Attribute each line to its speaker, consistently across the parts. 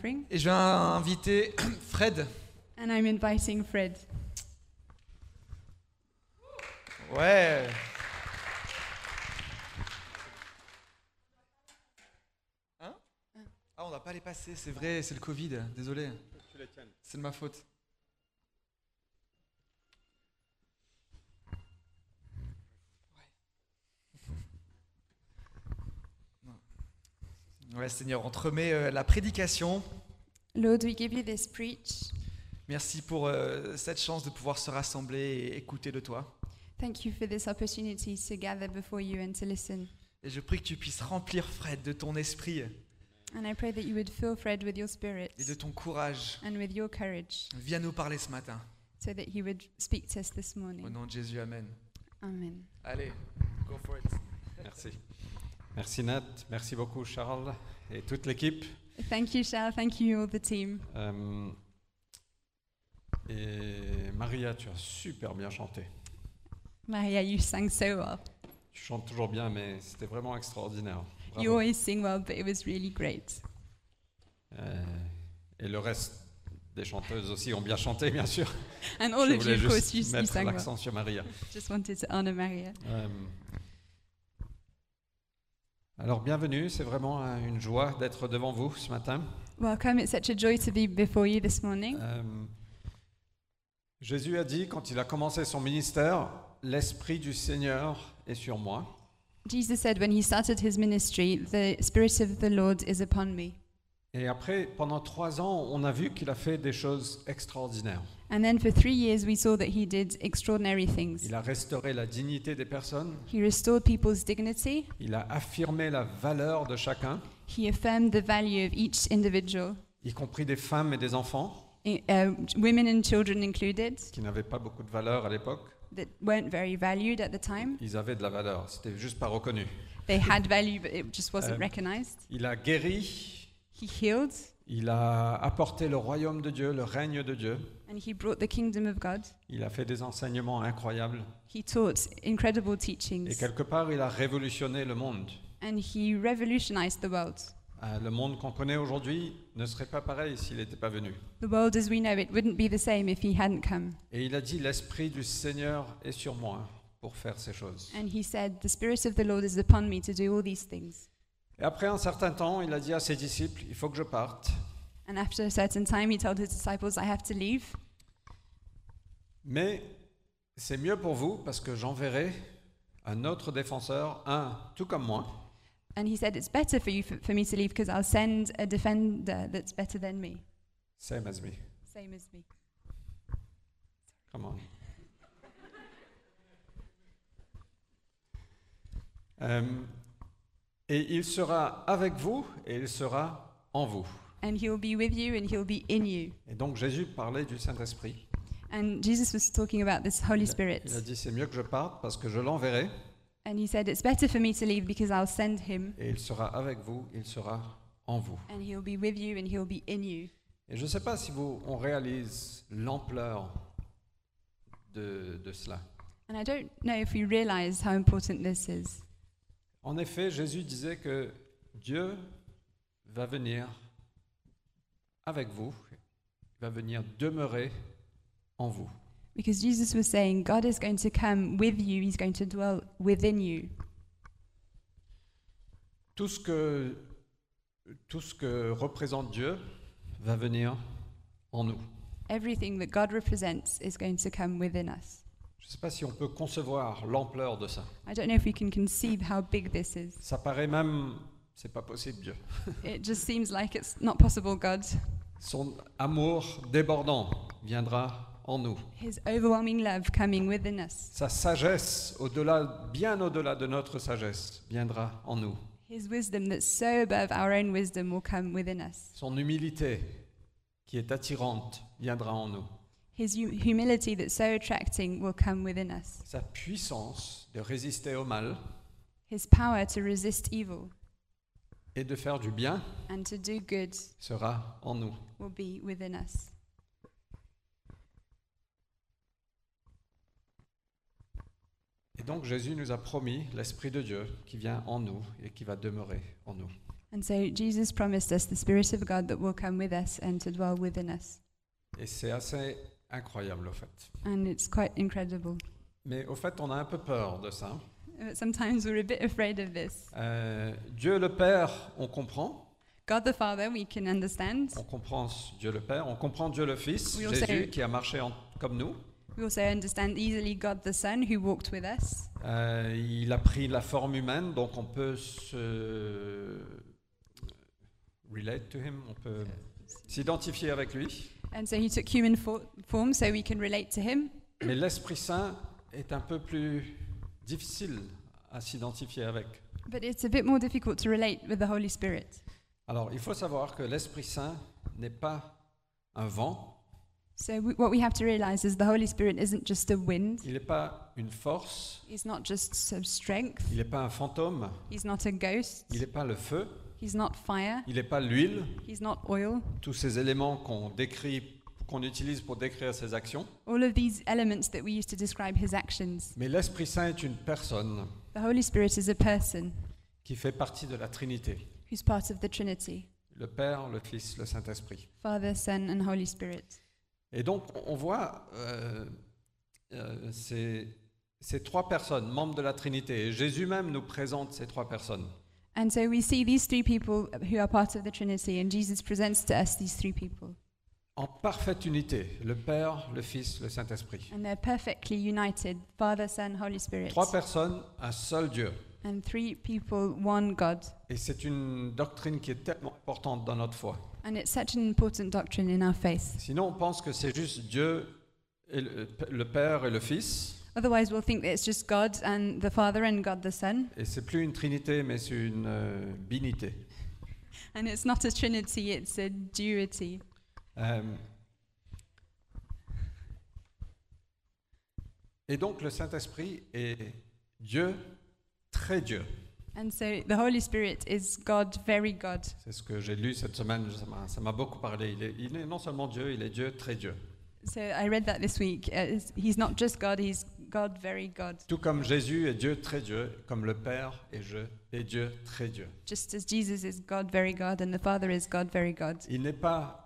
Speaker 1: offering.
Speaker 2: Et je vais inviter Fred.
Speaker 1: And I'm inviting Fred.
Speaker 2: Ouais. Hein Ah, on va pas les passer, c'est vrai, c'est le Covid, désolé. C'est de ma faute. Ouais, Seigneur, on te remet euh, la prédication.
Speaker 1: Lord, we give you this preach.
Speaker 2: Merci pour euh, cette chance de pouvoir se rassembler et écouter de toi.
Speaker 1: Thank you for this opportunity to gather before you and to listen.
Speaker 2: Et je prie que tu puisses remplir Fred de ton esprit
Speaker 1: And I pray that you would fill Fred with your spirit
Speaker 2: et de ton courage.
Speaker 1: and with your courage
Speaker 2: Viens nous parler ce matin.
Speaker 1: so that he would speak to us this
Speaker 2: Au
Speaker 1: morning.
Speaker 2: nom de Jésus, Amen.
Speaker 1: Amen.
Speaker 2: Allez, go for it.
Speaker 3: Merci. Merci Nat, merci beaucoup Charles et toute l'équipe.
Speaker 1: Thank you, Shal. Thank you, all the team.
Speaker 3: Euh, et Maria, tu as super bien chanté.
Speaker 1: Maria, you sang so well.
Speaker 3: Tu chantes toujours bien, mais c'était vraiment extraordinaire. Bravo.
Speaker 1: You always sing well, but it was really great.
Speaker 3: Euh, et le reste des chanteuses aussi ont bien chanté, bien sûr.
Speaker 1: And all of
Speaker 3: Je
Speaker 1: you,
Speaker 3: voulais
Speaker 1: of course,
Speaker 3: juste
Speaker 1: you, you
Speaker 3: mettre
Speaker 1: sang well.
Speaker 3: l'accent sur Maria.
Speaker 1: Just wanted to honor Maria.
Speaker 3: Euh, alors bienvenue, c'est vraiment euh, une joie d'être devant vous ce matin.
Speaker 1: Welcome. It's such a joy to be before you this morning.
Speaker 3: Euh, Jésus a dit quand il a commencé son ministère, l'Esprit du Seigneur est sur moi
Speaker 1: Jesus said when he started his ministry, the Spirit of the Lord is upon me.
Speaker 3: Et après, pendant trois ans, on a vu qu'il a fait des choses extraordinaires.
Speaker 1: And then for three years, we saw that he did extraordinary things.
Speaker 3: Il a restauré la dignité des personnes,
Speaker 1: He restored people's dignity,
Speaker 3: il a affirmé la valeur de chacun,
Speaker 1: he affirmed the value of each individual,
Speaker 3: y compris des femmes et des enfants,
Speaker 1: i- uh, women and children included,
Speaker 3: qui n'avaient pas beaucoup de valeur à l'époque.
Speaker 1: that weren't very valued at the time.
Speaker 3: Ils avaient de la valeur, c'était juste pas reconnu.
Speaker 1: They had value, but it just wasn't
Speaker 3: Um,
Speaker 1: recognized.
Speaker 3: Il a guéri,
Speaker 1: He healed
Speaker 3: il a apporté le royaume de Dieu, le règne de Dieu.
Speaker 1: and he brought the kingdom of God.
Speaker 3: Il a fait des enseignements incroyables.
Speaker 1: He taught incredible
Speaker 3: Et
Speaker 1: teachings
Speaker 3: quelque part, il a révolutionné le monde.
Speaker 1: and he revolutionized the world.
Speaker 3: Euh, Le monde qu'on connaît aujourd'hui ne serait pas pareil s'il n'était pas venu.
Speaker 1: The world as we know it wouldn't be the same if he hadn't come.
Speaker 3: Et il a dit, l'Esprit du Seigneur est sur moi pour faire ces choses.
Speaker 1: And he said, The Spirit of the Lord is upon me to do all these things.
Speaker 3: Et après un certain temps, il a dit à ses disciples, il faut que je parte.
Speaker 1: And after a certain time, he told his disciples, I have to leave,
Speaker 3: Mais c'est mieux pour vous parce que j'enverrai un autre défenseur, un tout comme moi,
Speaker 1: And he said, It's better for you for, for me to leave because I'll send a defender that's better than me.
Speaker 3: same as me.
Speaker 1: Same as me.
Speaker 3: Come on. Euh, et il sera avec vous et il sera en vous.
Speaker 1: And he'll be with you and he'll be in you.
Speaker 3: Et donc Jésus parlait du Saint-Esprit.
Speaker 1: And Jesus was talking about this Holy Spirit.
Speaker 3: Il a dit c'est mieux que je parte parce que je l'enverrai
Speaker 1: And he said, It's better for me to leave because I'll send him
Speaker 3: et il sera avec vous, il sera en vous.
Speaker 1: and he'll be with you and he'll be in you.
Speaker 3: Et je ne sais pas si vous, on réalise l'ampleur de, de cela.
Speaker 1: And I don't know if we realize how important this is.
Speaker 3: En effet, Jésus disait que Dieu va venir avec vous, il va venir demeurer en vous.
Speaker 1: Because Jesus was saying, God is going to come with you, he's going to dwell within you.
Speaker 3: Tout ce que, tout ce que représente Dieu va venir en nous.
Speaker 1: Everything that God represents is going to come within us.
Speaker 3: Je ne sais pas si on peut concevoir l'ampleur de ça.
Speaker 1: I don't know if we can conceive how big this is.
Speaker 3: Ça paraît même, c'est pas possible Dieu.
Speaker 1: It just seems like it's not possible, God.
Speaker 3: Son amour débordant viendra en nous.
Speaker 1: His overwhelming love coming within us,
Speaker 3: Sa sagesse, au-delà, bien au-delà de notre sagesse, viendra en nous.
Speaker 1: His wisdom that's so above our own wisdom will come within us.
Speaker 3: Son humilité, qui est attirante, viendra en nous.
Speaker 1: His hu- humility that's so attracting will come within us.
Speaker 3: Sa puissance de résister au mal
Speaker 1: His power to resist evil
Speaker 3: et de faire du bien
Speaker 1: and to do good
Speaker 3: sera en nous.
Speaker 1: will be within us.
Speaker 3: Et donc Jésus nous a promis l'Esprit de Dieu qui vient en nous et qui va demeurer en nous.
Speaker 1: And so Jesus promised us the Spirit of God that will come with us and to dwell within us.
Speaker 3: Et c'est assez incroyable, au fait.
Speaker 1: And it's quite incredible.
Speaker 3: Mais au fait, on a un peu peur de ça.
Speaker 1: But sometimes we're a bit afraid of this.
Speaker 3: Euh, Dieu le Père, on comprend.
Speaker 1: God the Father, we can understand.
Speaker 3: On comprend Dieu le Père, on comprend Dieu le Fils,
Speaker 1: Oui, on
Speaker 3: Jésus
Speaker 1: sait.
Speaker 3: qui a marché en- comme nous.
Speaker 1: We also understand easily God the Son who walked with us.
Speaker 3: Euh, il a pris la forme humaine, donc on peut se relate to him, on peut s'identifier avec lui.
Speaker 1: And so he took human fo- form so we can relate to him.
Speaker 3: Mais l'Esprit Saint est un peu plus difficile à s'identifier avec.
Speaker 1: But it's a bit more difficult to relate with the Holy Spirit.
Speaker 3: Alors, il faut savoir que l'Esprit Saint n'est pas un vent,
Speaker 1: So w- what we have to realize is the Holy Spirit isn't just a wind.
Speaker 3: il n'est pas une force,
Speaker 1: He's not just some strength.
Speaker 3: il n'est pas un fantôme,
Speaker 1: He's not a ghost.
Speaker 3: il n'est pas le feu,
Speaker 1: He's not fire.
Speaker 3: il n'est pas l'huile,
Speaker 1: He's not oil.
Speaker 3: tous ces éléments qu'on décrit, qu'on utilise pour décrire ses actions.
Speaker 1: All of these elements that we use to describe his actions.
Speaker 3: Mais l'Esprit Saint est une personne
Speaker 1: The Holy Spirit is a person
Speaker 3: qui fait partie de la Trinité,
Speaker 1: who's part of the Trinity
Speaker 3: le Père, le Fils, le Saint-Esprit.
Speaker 1: Father, Son, and Holy Spirit.
Speaker 3: Et donc, on voit euh, euh, ces, ces trois personnes, membres de la Trinité, et Jésus même nous présente ces trois personnes.
Speaker 1: And so we see these three people who are part of the Trinity, and Jesus presents to us these three people.
Speaker 3: En parfaite unité, le Père, le Fils, le Saint-Esprit.
Speaker 1: And they're perfectly united Father, Son, Holy Spirit.
Speaker 3: Trois personnes, un seul Dieu.
Speaker 1: And three people, one God.
Speaker 3: Et c'est une doctrine qui est tellement importante dans notre foi.
Speaker 1: And it's such an important doctrine in our faith.
Speaker 3: Sinon, on pense que c'est juste Dieu, et le, le Père et le Fils.
Speaker 1: Otherwise, we'll think that it's just God and the Father and God the Son.
Speaker 3: Et c'est plus une trinité, mais c'est une euh, binité.
Speaker 1: And it's not a Trinity, it's a duity.
Speaker 3: Euh, et donc le Saint-Esprit est Dieu, très Dieu.
Speaker 1: And so the Holy Spirit is God, very God.
Speaker 3: C'est ce que j'ai lu cette semaine, ça m'a- ça m'a beaucoup parlé. Il est, il est non seulement Dieu, il est Dieu, très Dieu.
Speaker 1: So I read that this week. Uh, is- he's not just God, he's God, very God.
Speaker 3: Tout comme Jésus est Dieu, très Dieu, comme le Père est, je, est Dieu, très Dieu.
Speaker 1: Just as Jesus is God, very God, and the Father is God, very God.
Speaker 3: Il n'est pas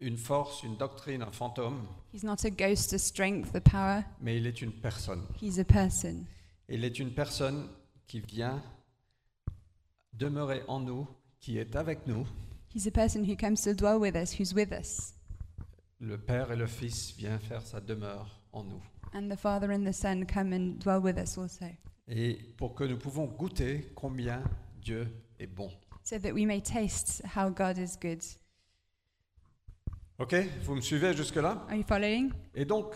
Speaker 3: une force, une doctrine, un fantôme,
Speaker 1: He's not a ghost, a strength, a power.
Speaker 3: mais il est une personne.
Speaker 1: He's a person.
Speaker 3: Il est une personne qui vient demeurer en nous, qui est avec nous
Speaker 1: He's a person who comes to dwell with us, who's with us.
Speaker 3: Le Père et le Fils viennent faire sa demeure en nous.
Speaker 1: And the Father and the Son come and dwell with us also,
Speaker 3: Et pour que nous pouvons goûter combien Dieu est bon.
Speaker 1: so that we may taste how God is good.
Speaker 3: Ok Vous me suivez jusque-là
Speaker 1: Are you following?
Speaker 3: Et donc,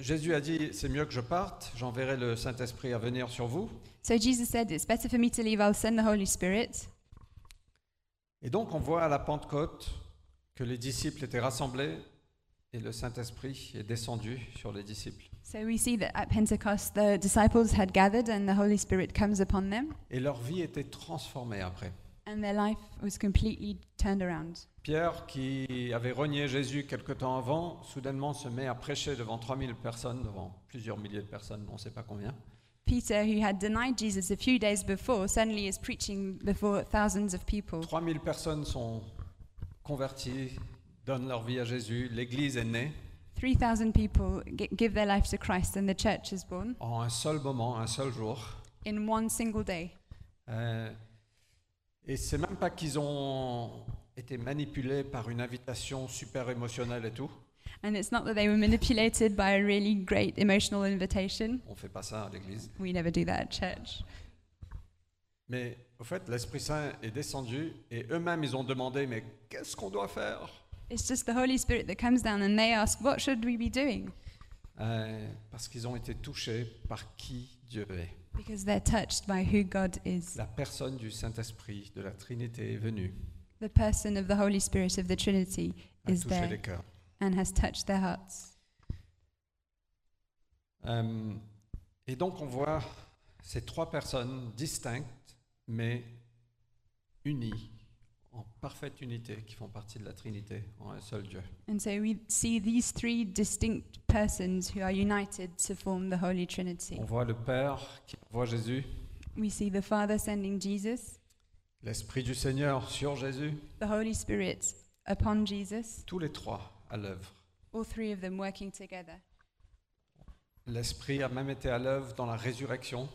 Speaker 3: Jésus a dit, c'est mieux que je parte, j'enverrai le Saint-Esprit à venir sur vous.
Speaker 1: So Jesus said, It's better for me to leave, I'll send the Holy Spirit.
Speaker 3: Et donc, on voit à la Pentecôte que les disciples étaient rassemblés et le Saint-Esprit est descendu sur les disciples.
Speaker 1: So we see that at Pentecost the disciples had gathered and the Holy Spirit comes upon them
Speaker 3: Et leur vie était transformée après.
Speaker 1: and their life was completely turned around.
Speaker 3: Pierre, qui avait renié Jésus quelque temps avant, soudainement se met à prêcher devant 3000 personnes, devant plusieurs milliers de personnes, on ne sait pas combien.
Speaker 1: Peter, who had denied Jesus a few days before, suddenly is preaching before thousands of people.
Speaker 3: 3000 personnes sont converties, donnent leur vie à Jésus, l'Église est née.
Speaker 1: 3,000 people gi- give their life to Christ and the church is born
Speaker 3: En un seul moment, un seul jour.
Speaker 1: in one single day.
Speaker 3: Euh, et c'est même pas qu'ils ont été manipulés par une invitation super émotionnelle et tout.
Speaker 1: And it's not that they were manipulated by a really great emotional invitation.
Speaker 3: On fait pas ça à l'Église.
Speaker 1: We never do that at church.
Speaker 3: Mais au fait, l'Esprit Saint est descendu et eux-mêmes, ils ont demandé, mais qu'est-ce qu'on doit faire
Speaker 1: It's just the Holy Spirit that comes down and they ask, What should we be doing?
Speaker 3: Euh, parce qu'ils ont été touchés par qui Dieu est.
Speaker 1: Because they're touched by who God is.
Speaker 3: La personne du Saint-Esprit, de la Trinité est venue,
Speaker 1: The person of the Holy Spirit of the Trinity
Speaker 3: a
Speaker 1: is
Speaker 3: touché
Speaker 1: there
Speaker 3: les cœurs.
Speaker 1: and has touched their hearts.
Speaker 3: Euh, et donc on voit ces trois personnes distinctes, mais unies, en parfaite unité, qui font partie de la Trinité, en un seul Dieu.
Speaker 1: And so we see these three distinct persons who are united to form the Holy
Speaker 3: On
Speaker 1: Trinity.
Speaker 3: voit le Père qui voit Jésus,
Speaker 1: We see the Father sending Jesus,
Speaker 3: l'Esprit du Seigneur sur Jésus,
Speaker 1: the Holy Spirit upon Jesus,
Speaker 3: tous les trois à l'œuvre.
Speaker 1: all three of them working together.
Speaker 3: L'Esprit a même été à l'œuvre dans la résurrection.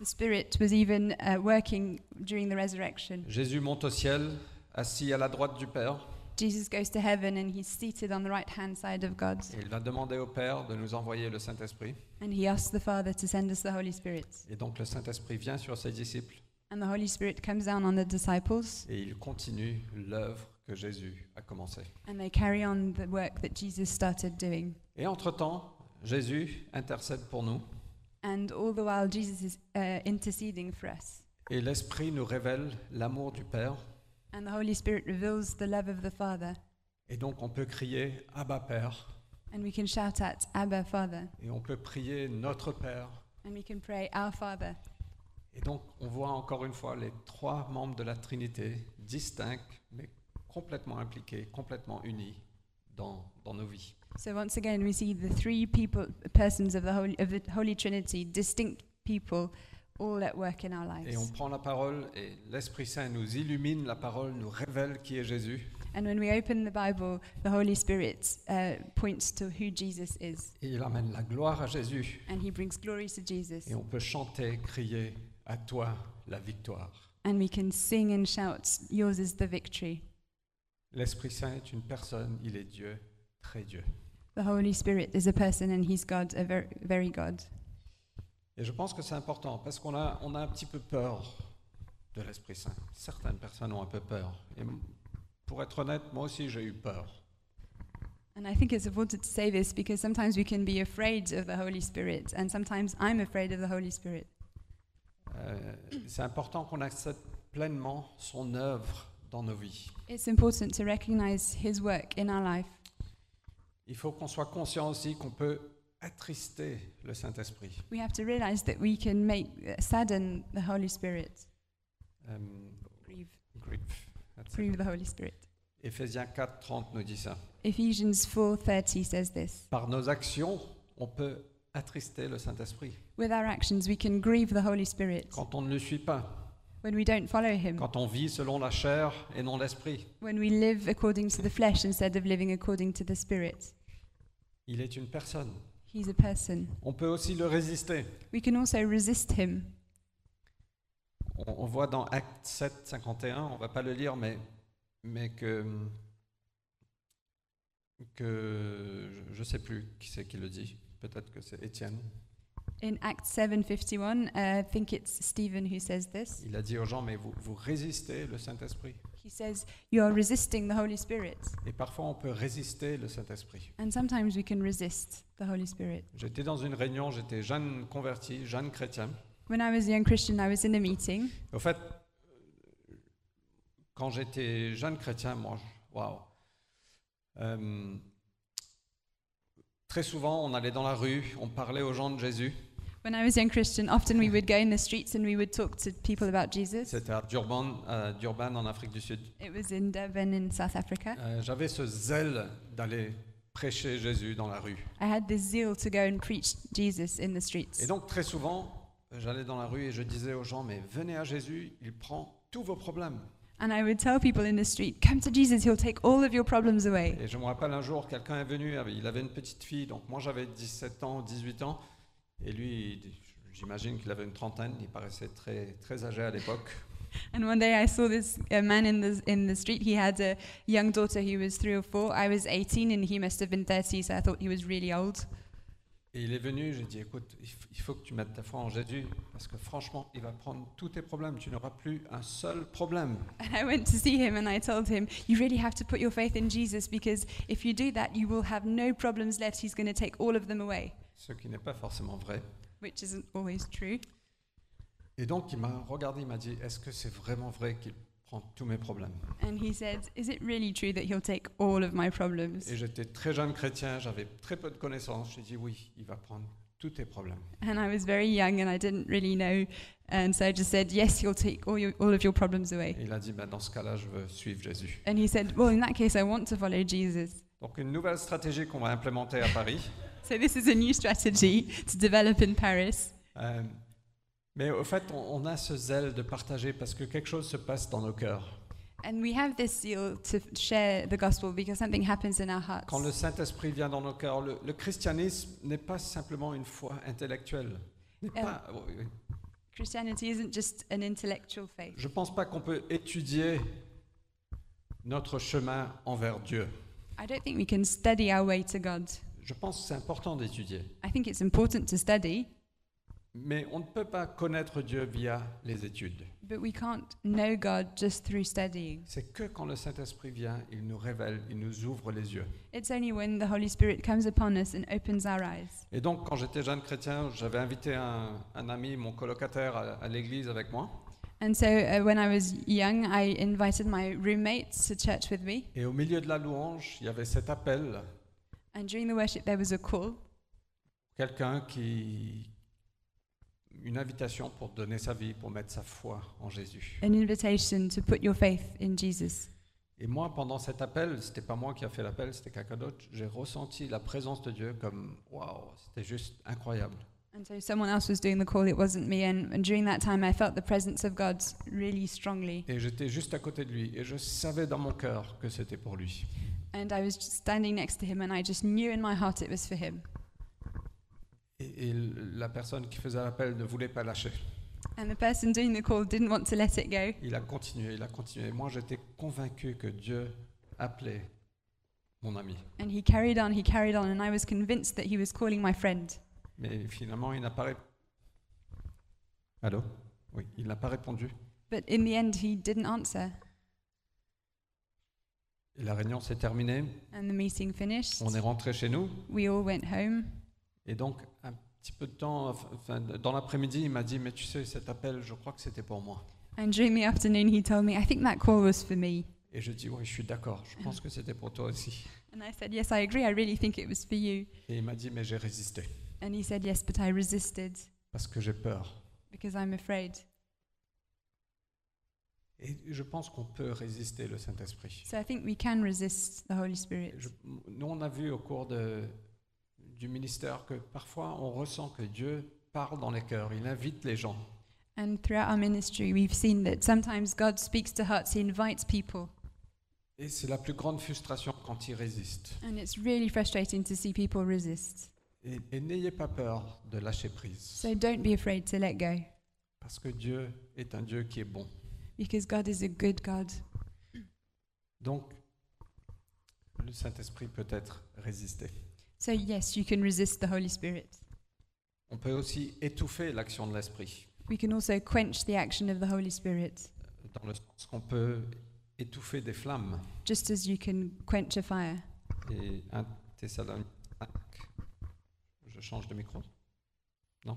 Speaker 1: The Spirit was even uh, working during the resurrection.
Speaker 3: Jésus monte au ciel, assis à la droite du Père,
Speaker 1: Jesus goes to heaven and he's seated on the right hand side of God,
Speaker 3: et il va demander au Père de nous envoyer le Saint-Esprit.
Speaker 1: and he asks the Father to send us the Holy Spirit.
Speaker 3: Et donc le Saint-Esprit vient sur ses disciples
Speaker 1: And the Holy Spirit comes down on the disciples,
Speaker 3: et il continue l'œuvre que Jésus a commencée.
Speaker 1: and they carry on the work that Jesus started doing.
Speaker 3: Et entre-temps, Jésus intercède pour nous
Speaker 1: And all the while, Jesus is uh, interceding for us.
Speaker 3: et l'Esprit nous révèle l'amour du Père.
Speaker 1: And the Holy Spirit reveals the love of the Father.
Speaker 3: Et donc on peut crier Abba Père
Speaker 1: And we can shout at Abba, Father.
Speaker 3: et on peut prier Notre Père.
Speaker 1: And we can pray, Our Father.
Speaker 3: Et donc on voit encore une fois les trois membres de la Trinité distincts mais complètement impliqués, complètement unis dans, dans nos vies.
Speaker 1: So once again, we see the three people, persons of the Holy, of the Holy Trinity, distinct people, all at work in our lives.
Speaker 3: Et on prend la parole et l'Esprit Saint nous illumine la parole, nous révèle qui est Jésus.
Speaker 1: And when we open the Bible, the Holy Spirit uh, points to who Jesus is,
Speaker 3: Et il amène la gloire à Jésus.
Speaker 1: and he brings glory to Jesus.
Speaker 3: Et on peut chanter, crier, à toi la victoire.
Speaker 1: And we can sing and shout, Yours is the victory.
Speaker 3: L'Esprit Saint est une personne, il est Dieu, très Dieu.
Speaker 1: The Holy Spirit is a person, and he's God, a very, very God.
Speaker 3: Et je pense que c'est important parce qu'on a, on a un petit peu peur de l'Esprit Saint. Certaines personnes ont un peu peur. Et m- pour être honnête, moi aussi j'ai eu peur.
Speaker 1: And I think it's important to say this because sometimes we can be afraid of the Holy Spirit, and sometimes I'm afraid of the Holy Spirit.
Speaker 3: Euh, c'est important qu'on accepte pleinement son œuvre dans nos vies.
Speaker 1: It's important to recognize His work in our life.
Speaker 3: Il faut qu'on soit conscient aussi qu'on peut attrister le Saint-Esprit.
Speaker 1: We have to realize that we can make sadden the Holy Spirit,
Speaker 3: Euh,
Speaker 1: grieve,
Speaker 3: grief, that's it.
Speaker 1: grieve the Holy Spirit.
Speaker 3: Ephésiens 4, 30 nous dit ça.
Speaker 1: Ephesians 4:30 says this:
Speaker 3: Par nos actions, on peut attrister le Saint-Esprit
Speaker 1: With our actions, we can grieve the Holy Spirit
Speaker 3: quand on ne le suit pas,
Speaker 1: when we don't follow Him,
Speaker 3: quand on vit selon la chair et non l'esprit.
Speaker 1: when we live according to the flesh instead of living according to the Spirit.
Speaker 3: Il est une personne.
Speaker 1: He's a person.
Speaker 3: On peut aussi le résister.
Speaker 1: We can also resist Him.
Speaker 3: On, on voit dans Acte 7, 51, on va pas le lire, mais, mais que, que je- je sais plus qui c'est qui le dit. Peut-être que c'est Étienne.
Speaker 1: In Acts 7:51, uh, I think it's Stephen who says this.
Speaker 3: Il a dit aux gens, mais vous, vous résistez le Saint-Esprit.
Speaker 1: He says, "You are resisting the Holy Spirit."
Speaker 3: Et parfois, on peut résister le Saint-Esprit.
Speaker 1: And sometimes we can resist the Holy Spirit.
Speaker 3: J'étais dans une réunion, j'étais jeune converti, jeune chrétien.
Speaker 1: When I was a young Christian, I was in a meeting.
Speaker 3: Au fait, euh, quand j'étais jeune chrétien, moi, je- waouh. Euh, Très souvent, on allait dans la rue, on parlait aux gens de Jésus.
Speaker 1: When I was a young Christian, often we would go in the streets and we would talk to people about Jesus.
Speaker 3: C'était à Durban, à Durban en Afrique du Sud.
Speaker 1: It was in Durban in South Africa.
Speaker 3: Euh, J'avais ce zèle d'aller prêcher Jésus dans la rue.
Speaker 1: I had the zeal to go and preach Jesus in the streets.
Speaker 3: Et donc, très souvent, j'allais dans la rue et je disais aux gens, mais venez à Jésus, il prend tous vos problèmes.
Speaker 1: And I would tell people in the street, "Come to Jesus, he'll take all of your problems away."
Speaker 3: Et je me rappelle un jour, quelqu'un est venu, avec- il avait une petite fille, donc moi j'avais 17 ans, 18 ans, et lui, il- j'imagine qu'il avait une trentaine, il paraissait très, très âgé à l'époque.
Speaker 1: And one day I saw this uh, man in the in the street. He had a young daughter who was 3 or 4. I was 18 and he must have been 30, so I thought he was really old.
Speaker 3: Et il est venu, j'ai dit, écoute, il f- il faut que tu mettes ta foi en Jésus, parce que franchement, il va prendre tous tes problèmes, tu n'auras plus un seul problème.
Speaker 1: And I went to see him and I told him, "You really have to put your faith in Jesus because if you do that, you will have no problems left. He's going to take all of them away."
Speaker 3: Ce qui n'est pas forcément vrai.
Speaker 1: Which isn't always true.
Speaker 3: Et donc il m'a regardé, il m'a dit, est-ce que c'est vraiment vrai qu'il prend tous mes problèmes
Speaker 1: And he said, Is it really true that he'll take all of my problems?
Speaker 3: Et j'étais très jeune chrétien, j'avais très peu de connaissances, j'ai dit, oui, il va prendre tous tes problèmes.
Speaker 1: And I was very young and I didn't really know. And so I just said, Yes, he'll take all, your, all of your problems away.
Speaker 3: Et il a dit, Ben, dans ce cas-là, je veux suivre Jésus.
Speaker 1: And he said, Well, in that case, I want to follow Jesus.
Speaker 3: Donc une nouvelle stratégie qu'on va implémenter à Paris.
Speaker 1: So this is a new strategy to develop in Paris.
Speaker 3: Euh, Mais au fait, on, on a ce zèle de partager parce que quelque chose se passe dans nos cœurs.
Speaker 1: And we have this zeal to share the gospel because something happens in our hearts.
Speaker 3: Quand le Saint-Esprit vient dans nos cœurs, le, le christianisme n'est pas simplement une foi intellectuelle. n'est
Speaker 1: Euh.
Speaker 3: pas- oh, oui, oui.
Speaker 1: Christianity isn't just an intellectual faith.
Speaker 3: Je ne pense pas qu'on peut étudier notre chemin envers Dieu.
Speaker 1: I don't think we can study our way to God.
Speaker 3: Je pense que c'est important d'étudier.
Speaker 1: I think it's important to study,
Speaker 3: Mais on ne peut pas connaître Dieu via les études.
Speaker 1: but we can't know God just through studying.
Speaker 3: C'est que quand le Saint-Esprit vient, il nous révèle, il nous ouvre les yeux.
Speaker 1: It's only when the Holy Spirit comes upon us and opens our eyes.
Speaker 3: Et donc, quand j'étais jeune chrétien, j'avais invité un, un ami, mon colocataire, à, à l'église avec moi.
Speaker 1: And so uh, when I was young, I invited my roommates to church with me.
Speaker 3: Et au milieu de la louange, il y avait cet appel,
Speaker 1: And during the worship, there was a call,
Speaker 3: quelqu'un qui... Une invitation pour donner sa vie, pour mettre sa foi en Jésus.
Speaker 1: an invitation to put your faith in Jesus.
Speaker 3: Et moi, pendant cet appel, c'était pas moi qui a fait l'appel, c'était quelqu'un d'autre. J'ai ressenti la présence de Dieu comme waouh, c'était juste incroyable.
Speaker 1: And so someone else was doing the call, it wasn't me. And, and during that time, I felt the presence of God really strongly.
Speaker 3: Et j'étais juste à côté de lui et je savais dans mon cœur que c'était pour lui.
Speaker 1: And I was just standing next to him, and I just knew in my heart it was for him.
Speaker 3: Et, et la personne qui faisait l'appel ne voulait pas lâcher.
Speaker 1: And the person doing the call didn't want to let it go.
Speaker 3: Il a continué, il a continué. Moi, j'étais convaincu que Dieu appelait mon ami.
Speaker 1: And he carried on, he carried on, and I was convinced that he was calling my friend.
Speaker 3: Mais finalement, il n'a pas répondu. Allô Oui, il n'a pas répondu.
Speaker 1: But in the end, he didn't answer.
Speaker 3: Et la réunion s'est terminée.
Speaker 1: And the meeting finished.
Speaker 3: On est rentré chez nous.
Speaker 1: We all went home.
Speaker 3: Et donc, un petit peu de temps, enfin, dans l'après-midi, il m'a dit, mais tu sais, cet appel, je crois que c'était pour moi.
Speaker 1: And during the afternoon, he told me, I think that call was for me.
Speaker 3: Et je dis, oui, je suis d'accord, je pense que c'était pour toi aussi.
Speaker 1: And I said, Yes, I agree. I really think it was for you.
Speaker 3: Et il m'a dit, mais j'ai résisté,
Speaker 1: And he said, Yes, but I resisted
Speaker 3: parce que j'ai peur.
Speaker 1: because I'm afraid.
Speaker 3: Et je pense qu'on peut résister le Saint-Esprit.
Speaker 1: So I think we can resist the Holy Spirit.
Speaker 3: Je- nous, on a vu au cours de- du ministère que parfois, on ressent que Dieu parle dans les cœurs, il invite les gens.
Speaker 1: And throughout our ministry, we've seen that sometimes God speaks to hearts, He invites people.
Speaker 3: Et c'est la plus grande frustration quand il résiste.
Speaker 1: And it's really frustrating to see people resist.
Speaker 3: Et, et n'ayez pas peur de lâcher prise,
Speaker 1: So don't be afraid to let go
Speaker 3: parce que Dieu est un Dieu qui est bon.
Speaker 1: because God is a good God.
Speaker 3: Donc, le Saint-Esprit peut être résisté.
Speaker 1: So, yes, you can resist the Holy Spirit.
Speaker 3: On peut aussi étouffer l'action de l'Esprit,
Speaker 1: We can also quench the action of the Holy Spirit,
Speaker 3: dans le sens qu'on peut étouffer des flammes.
Speaker 1: just as you can quench a fire.
Speaker 3: Et 1 Thessaloniciens 5, Ah, je change de micro. Non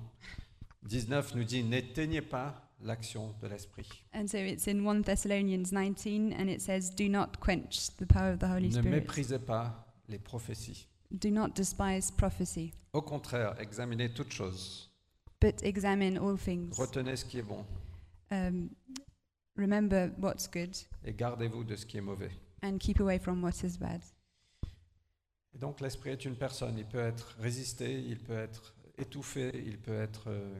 Speaker 3: 19 nous dit N'éteignez pas l'action de l'Esprit.
Speaker 1: And so it's in 1 Thessalonians 19, and it says, Do not quench the power of the Holy
Speaker 3: Ne
Speaker 1: Spirit.
Speaker 3: méprisez pas les prophéties.
Speaker 1: Do not despise prophecy,
Speaker 3: Au contraire, examinez toutes choses.
Speaker 1: but examine all things.
Speaker 3: Retenez ce qui est bon
Speaker 1: Um, remember what's good
Speaker 3: et gardez-vous de ce qui est mauvais.
Speaker 1: and keep away from what is bad.
Speaker 3: Et donc l'esprit est une personne, il peut être résisté, il peut être étouffé, il peut être euh,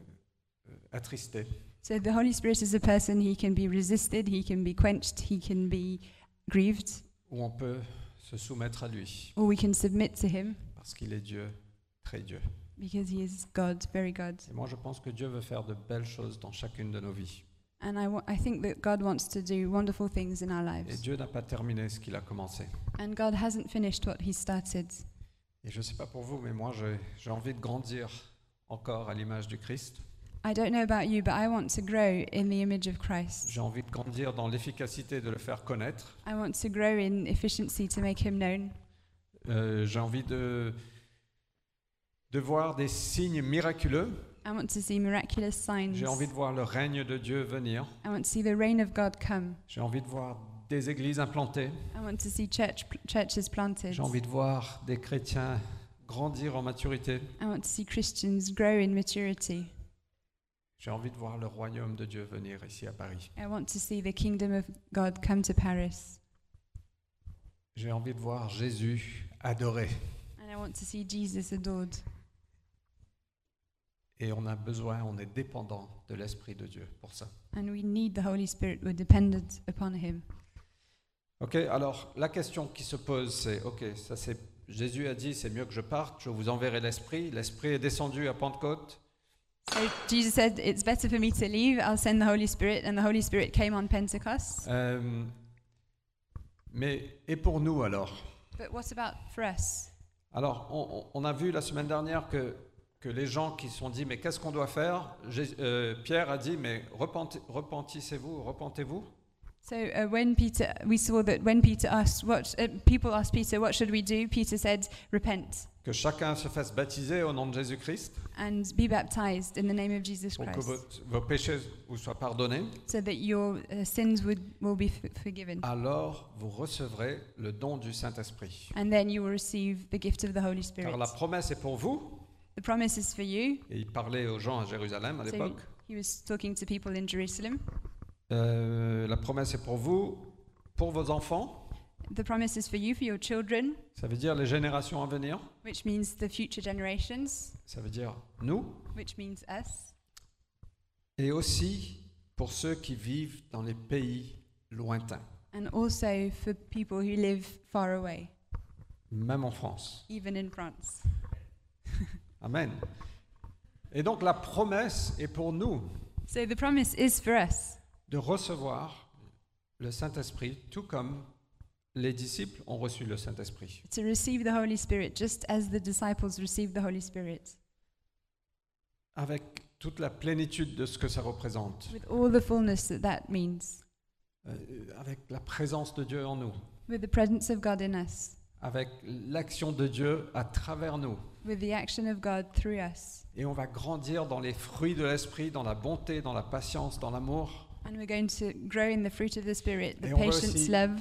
Speaker 3: euh, attristé.
Speaker 1: So the Holy Spirit is a person, he can be resisted, he can be quenched, he can be grieved,
Speaker 3: Ou on peut se soumettre à lui,
Speaker 1: or we can submit to him
Speaker 3: parce qu'il est Dieu, très Dieu.
Speaker 1: because he is God, very God.
Speaker 3: Et moi je pense que Dieu veut faire de belles choses dans chacune de nos vies.
Speaker 1: And I, wa- I think that God wants to do wonderful things in our
Speaker 3: Et
Speaker 1: lives.
Speaker 3: Dieu n'a pas terminé ce qu'il a commencé.
Speaker 1: And God hasn't finished what he started.
Speaker 3: Et je ne sais pas pour vous, mais moi j'ai j'ai envie de grandir encore à l'image du Christ.
Speaker 1: I don't know about you, but I want to grow in the image of Christ.
Speaker 3: J'ai envie de grandir dans l'efficacité de le faire connaître.
Speaker 1: I want to grow in efficiency to make him known.
Speaker 3: Euh, j'ai envie de, de voir des signes miraculeux.
Speaker 1: I want to see miraculous signs.
Speaker 3: J'ai envie de voir le règne de Dieu venir.
Speaker 1: I want to see the reign of God come.
Speaker 3: J'ai envie de voir des églises implantées.
Speaker 1: I want to see church, churches planted.
Speaker 3: J'ai envie de voir des chrétiens grandir en maturité.
Speaker 1: I want to see Christians grow in maturity.
Speaker 3: J'ai envie de voir le royaume de Dieu venir ici à Paris.
Speaker 1: I want to see the kingdom of God come to Paris.
Speaker 3: J'ai envie de voir Jésus adoré.
Speaker 1: And I want to see Jesus adored.
Speaker 3: Et on a besoin, on est dépendant de l'Esprit de Dieu pour ça.
Speaker 1: and we need the Holy Spirit. We're dependent upon Him.
Speaker 3: Ok, alors la question qui se pose, c'est ok, ça c'est Jésus a dit, c'est mieux que je parte, je vous enverrai l'esprit. L'esprit est descendu à Pentecôte.
Speaker 1: So Jesus said, It's better for me to leave. I'll send the Holy Spirit. And the Holy Spirit came on Pentecost.
Speaker 3: Euh, mais et pour nous alors
Speaker 1: But what about for us?
Speaker 3: Alors, on, on- on a vu la semaine dernière que, que les gens qui se sont dit, mais qu'est-ce qu'on doit faire Jé- euh, Pierre a dit, mais repentez- repentissez-vous, repentez-vous.
Speaker 1: So uh, when Peter, we saw that when Peter asked, what uh, people asked Peter, what should we do? Peter said, repent
Speaker 3: Que chacun se fasse baptiser au nom de Jésus-Christ
Speaker 1: and be baptized in the name of Jesus
Speaker 3: pour que
Speaker 1: Christ,
Speaker 3: vos, vos péchés vous soient pardonnés.
Speaker 1: so that your uh, sins would will be f- forgiven,
Speaker 3: Ah. Alors, vous recevrez le don du Saint-Esprit.
Speaker 1: and then you will receive the gift of the Holy Spirit.
Speaker 3: Car la promesse est pour vous.
Speaker 1: The promise is for you.
Speaker 3: Et il parlait aux gens à Jérusalem à
Speaker 1: So-
Speaker 3: l'époque.
Speaker 1: He was talking to people in Jerusalem.
Speaker 3: Euh, la promesse est pour vous, pour vos enfants.
Speaker 1: The promise is for you for your children,
Speaker 3: Ça veut dire les générations à venir.
Speaker 1: which means the future generations,
Speaker 3: Ça veut dire nous.
Speaker 1: which means us,
Speaker 3: et aussi pour ceux qui vivent dans les pays lointains,
Speaker 1: and also for people who live far away,
Speaker 3: même en France.
Speaker 1: even in France.
Speaker 3: Amen. Et donc la promesse est pour nous
Speaker 1: So the promise is for us.
Speaker 3: de recevoir le Saint-Esprit, tout comme les disciples ont reçu le Saint-Esprit.
Speaker 1: to receive the Holy Spirit just as the disciples received the Holy Spirit,
Speaker 3: Avec toute la plénitude de ce que ça représente,
Speaker 1: with all the fullness that that means,
Speaker 3: euh, avec la présence de Dieu en nous,
Speaker 1: with the presence of God in us,
Speaker 3: avec l'action de Dieu à travers nous.
Speaker 1: with the action of God through us.
Speaker 3: Et on va grandir dans les fruits de l'Esprit, dans la bonté, dans la patience, dans l'amour.
Speaker 1: And we're going to grow in the fruit of the Spirit, the
Speaker 3: Et on va
Speaker 1: patience,
Speaker 3: aussi-
Speaker 1: love,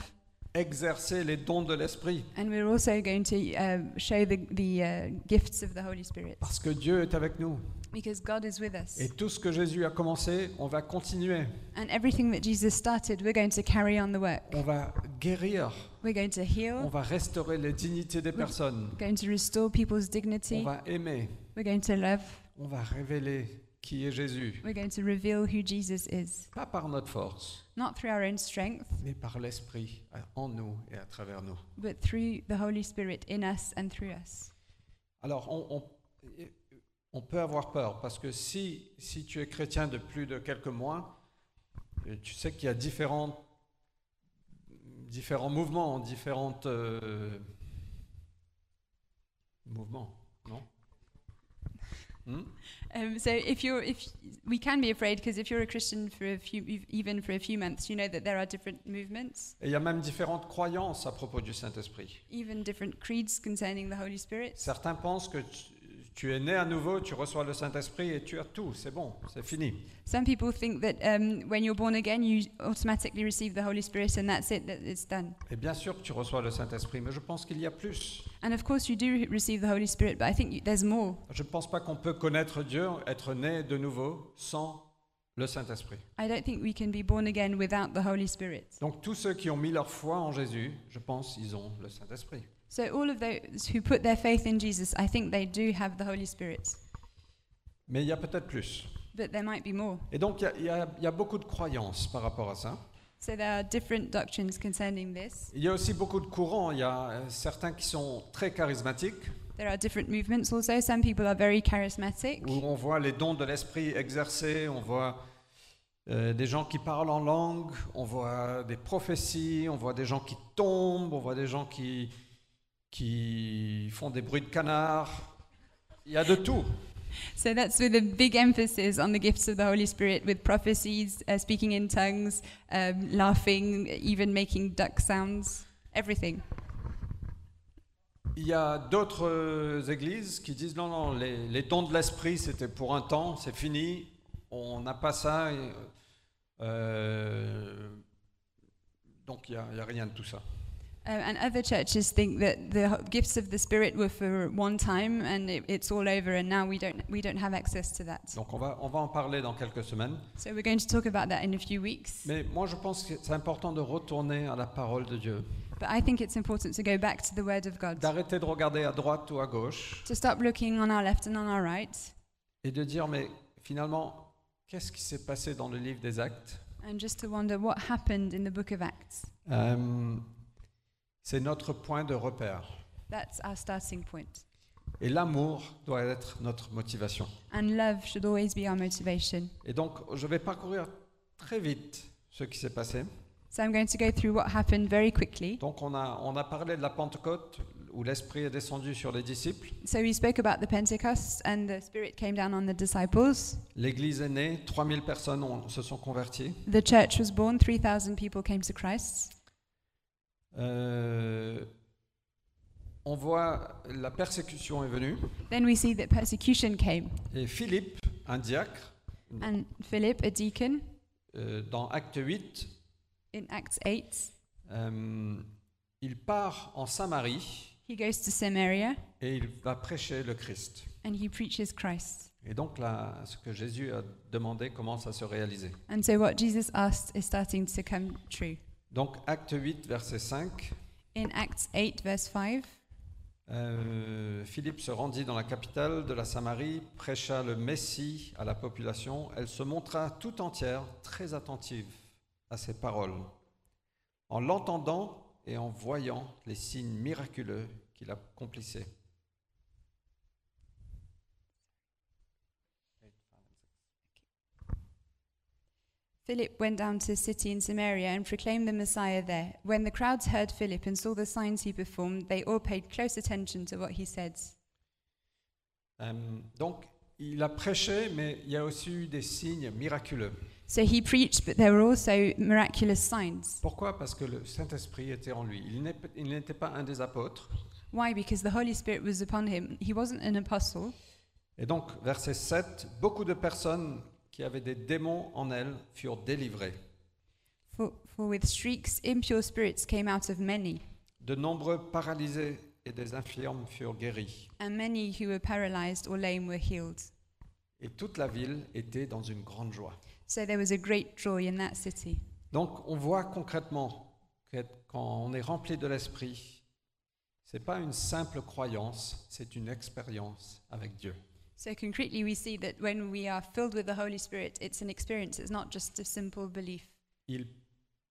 Speaker 3: exercer les dons de l'esprit
Speaker 1: and we're also going to uh, show the, the uh, gifts of the Holy Spirit
Speaker 3: parce que Dieu est avec nous.
Speaker 1: because God is with us.
Speaker 3: Et tout ce que Jésus a commencé, on va continuer.
Speaker 1: And everything that Jesus started, we're going to carry on the work.
Speaker 3: On va guérir,
Speaker 1: We're going to
Speaker 3: on
Speaker 1: heal,
Speaker 3: va restaurer les dignités des personnes,
Speaker 1: we're going to restore people's
Speaker 3: on
Speaker 1: dignity,
Speaker 3: va aimer,
Speaker 1: we're going to love,
Speaker 3: on va révéler qui est Jésus,
Speaker 1: we're going to reveal who Jesus is,
Speaker 3: pas par notre force,
Speaker 1: not through our own strength.
Speaker 3: mais par l'esprit euh, en nous et à travers nous.
Speaker 1: but through the Holy Spirit in us and through us.
Speaker 3: Alors on, on- on peut avoir peur parce que si, si tu es chrétien de plus de quelques mois, euh, tu sais qu'il y a différents, différents mouvements, différentes euh, mouvements, non Hmm
Speaker 1: Um, so if you're, if we can be afraid, because if you're a Christian for a few, ev- even for a few months, you know that there are different movements,
Speaker 3: Et il y a même différentes croyances à propos du Saint-Esprit.
Speaker 1: even different creeds concerning the Holy Spirit.
Speaker 3: Certains pensent que tu, tu es né à nouveau, tu reçois le Saint-Esprit et tu as tout, c'est bon, c'est fini.
Speaker 1: Some people think that um, when you're born again, you automatically receive the Holy Spirit, and that's it, that it's done.
Speaker 3: Et bien sûr que tu reçois le Saint-Esprit, mais je pense qu'il y a plus.
Speaker 1: And of course, you do re- receive the Holy Spirit, but I think you, there's more.
Speaker 3: Je ne pense pas qu'on peut connaître Dieu, être né de nouveau, sans le Saint-Esprit.
Speaker 1: I don't think we can be born again without the Holy Spirit.
Speaker 3: Donc tous ceux qui ont mis leur foi en Jésus, je pense, ils ont le Saint-Esprit.
Speaker 1: So all of those who put their faith in Jesus, I think they do have the Holy Spirit,
Speaker 3: Mais il y a peut-être plus.
Speaker 1: but there might be more.
Speaker 3: Et donc il y a- il y, a- il y a beaucoup de croyances par rapport à ça.
Speaker 1: So there are different doctrines concerning this.
Speaker 3: Il y a aussi beaucoup de courants. Il y a euh, certains qui sont très charismatiques,
Speaker 1: There are different movements also. Some people are very charismatic,
Speaker 3: où on voit les dons de l'Esprit exercés, on voit euh, des gens qui parlent en langue, on voit des prophéties, on voit des gens qui tombent, on voit des gens qui, qui font des bruits de canard. Il y a de tout.
Speaker 1: so that's with a big emphasis on the gifts of the Holy Spirit, with prophecies, uh, speaking in tongues, um, laughing, even making duck sounds, everything.
Speaker 3: Il y a d'autres euh, églises qui disent non, non, les, les dons de l'esprit, c'était pour un temps, c'est fini, on n'a pas ça. et, euh, donc il n'y a- il y a rien de tout ça.
Speaker 1: Uh, and other churches think that the ho- gifts of the Spirit were for one time and it, it's all over, and now we don't we don't have access to that.
Speaker 3: Donc on va, on va en parler dans quelques semaines.
Speaker 1: So we're going to talk about that in a few weeks.
Speaker 3: Mais moi, je pense que c'est important de retourner à la parole de Dieu,
Speaker 1: But I think it's important to go back to the Word of God.
Speaker 3: d'arrêter de regarder à droite ou à gauche
Speaker 1: to stop looking on our left and on our right
Speaker 3: et de dire, mais finalement, qu'est-ce qui s'est passé dans le livre des actes
Speaker 1: and just to wonder what happened in the book of Acts.
Speaker 3: Euh, C'est notre point de repère.
Speaker 1: That's our starting point.
Speaker 3: Et l'amour doit être notre motivation.
Speaker 1: And love should always be our motivation.
Speaker 3: Et donc, je vais parcourir très vite ce qui s'est passé.
Speaker 1: So I'm going to go through what happened very quickly.
Speaker 3: Donc, on a, on a parlé de la Pentecôte où l'Esprit est descendu sur les disciples.
Speaker 1: So we spoke about the Pentecost and the Spirit came down on the disciples.
Speaker 3: L'Église est née, 3000 personnes ont- se sont converties.
Speaker 1: The church was born, 3,000 people came to Christ.
Speaker 3: Euh, on voit la persécution est venue
Speaker 1: Then we see that persecution came.
Speaker 3: et Philippe, un diacre,
Speaker 1: And Philip, a deacon,
Speaker 3: euh, dans Acte 8,
Speaker 1: in Acts 8,
Speaker 3: euh, il part en Samarie
Speaker 1: he goes to Samaria
Speaker 3: et il va prêcher le Christ.
Speaker 1: and he preaches Christ.
Speaker 3: Et donc là, ce que Jésus a demandé commence à se réaliser.
Speaker 1: And so what Jesus asked is starting to come true.
Speaker 3: Donc acte 8, verset 5,
Speaker 1: In Acts 8, verse 5,
Speaker 3: euh, Philippe se rendit dans la capitale de la Samarie, prêcha le Messie à la population. Elle se montra tout entière très attentive à ses paroles. En l'entendant et en voyant les signes miraculeux qu'il accomplissait.
Speaker 1: Philip went down to a city in Samaria and proclaimed the Messiah there. When the crowds heard Philip and saw the signs he performed, they all paid close attention to what he said.
Speaker 3: Euh, donc il a prêché, mais il y a aussi eu des signes miraculeux.
Speaker 1: So he preached, but there were also miraculous signs.
Speaker 3: Pourquoi Parce que le Saint-Esprit était en lui. Il n'est- il n'était pas un des apôtres.
Speaker 1: Why? Because the Holy Spirit was upon him. He wasn't an apostle.
Speaker 3: Et donc, verset 7, beaucoup de personnes qui avaient des démons en elles furent délivrées.
Speaker 1: For, for with shrieks, impure spirits came out of many,
Speaker 3: De nombreux paralysés et des infirmes furent guéris.
Speaker 1: and many who were paralyzed or lame were healed.
Speaker 3: Et toute la ville était dans une grande joie.
Speaker 1: So there was a great joy in that city.
Speaker 3: Donc, on voit concrètement que quand on est rempli de l'Esprit, ce n'est pas une simple croyance, c'est une expérience avec Dieu.
Speaker 1: So concretely, we see that when we are filled with the Holy Spirit, it's an experience, it's not just a simple belief.
Speaker 3: Il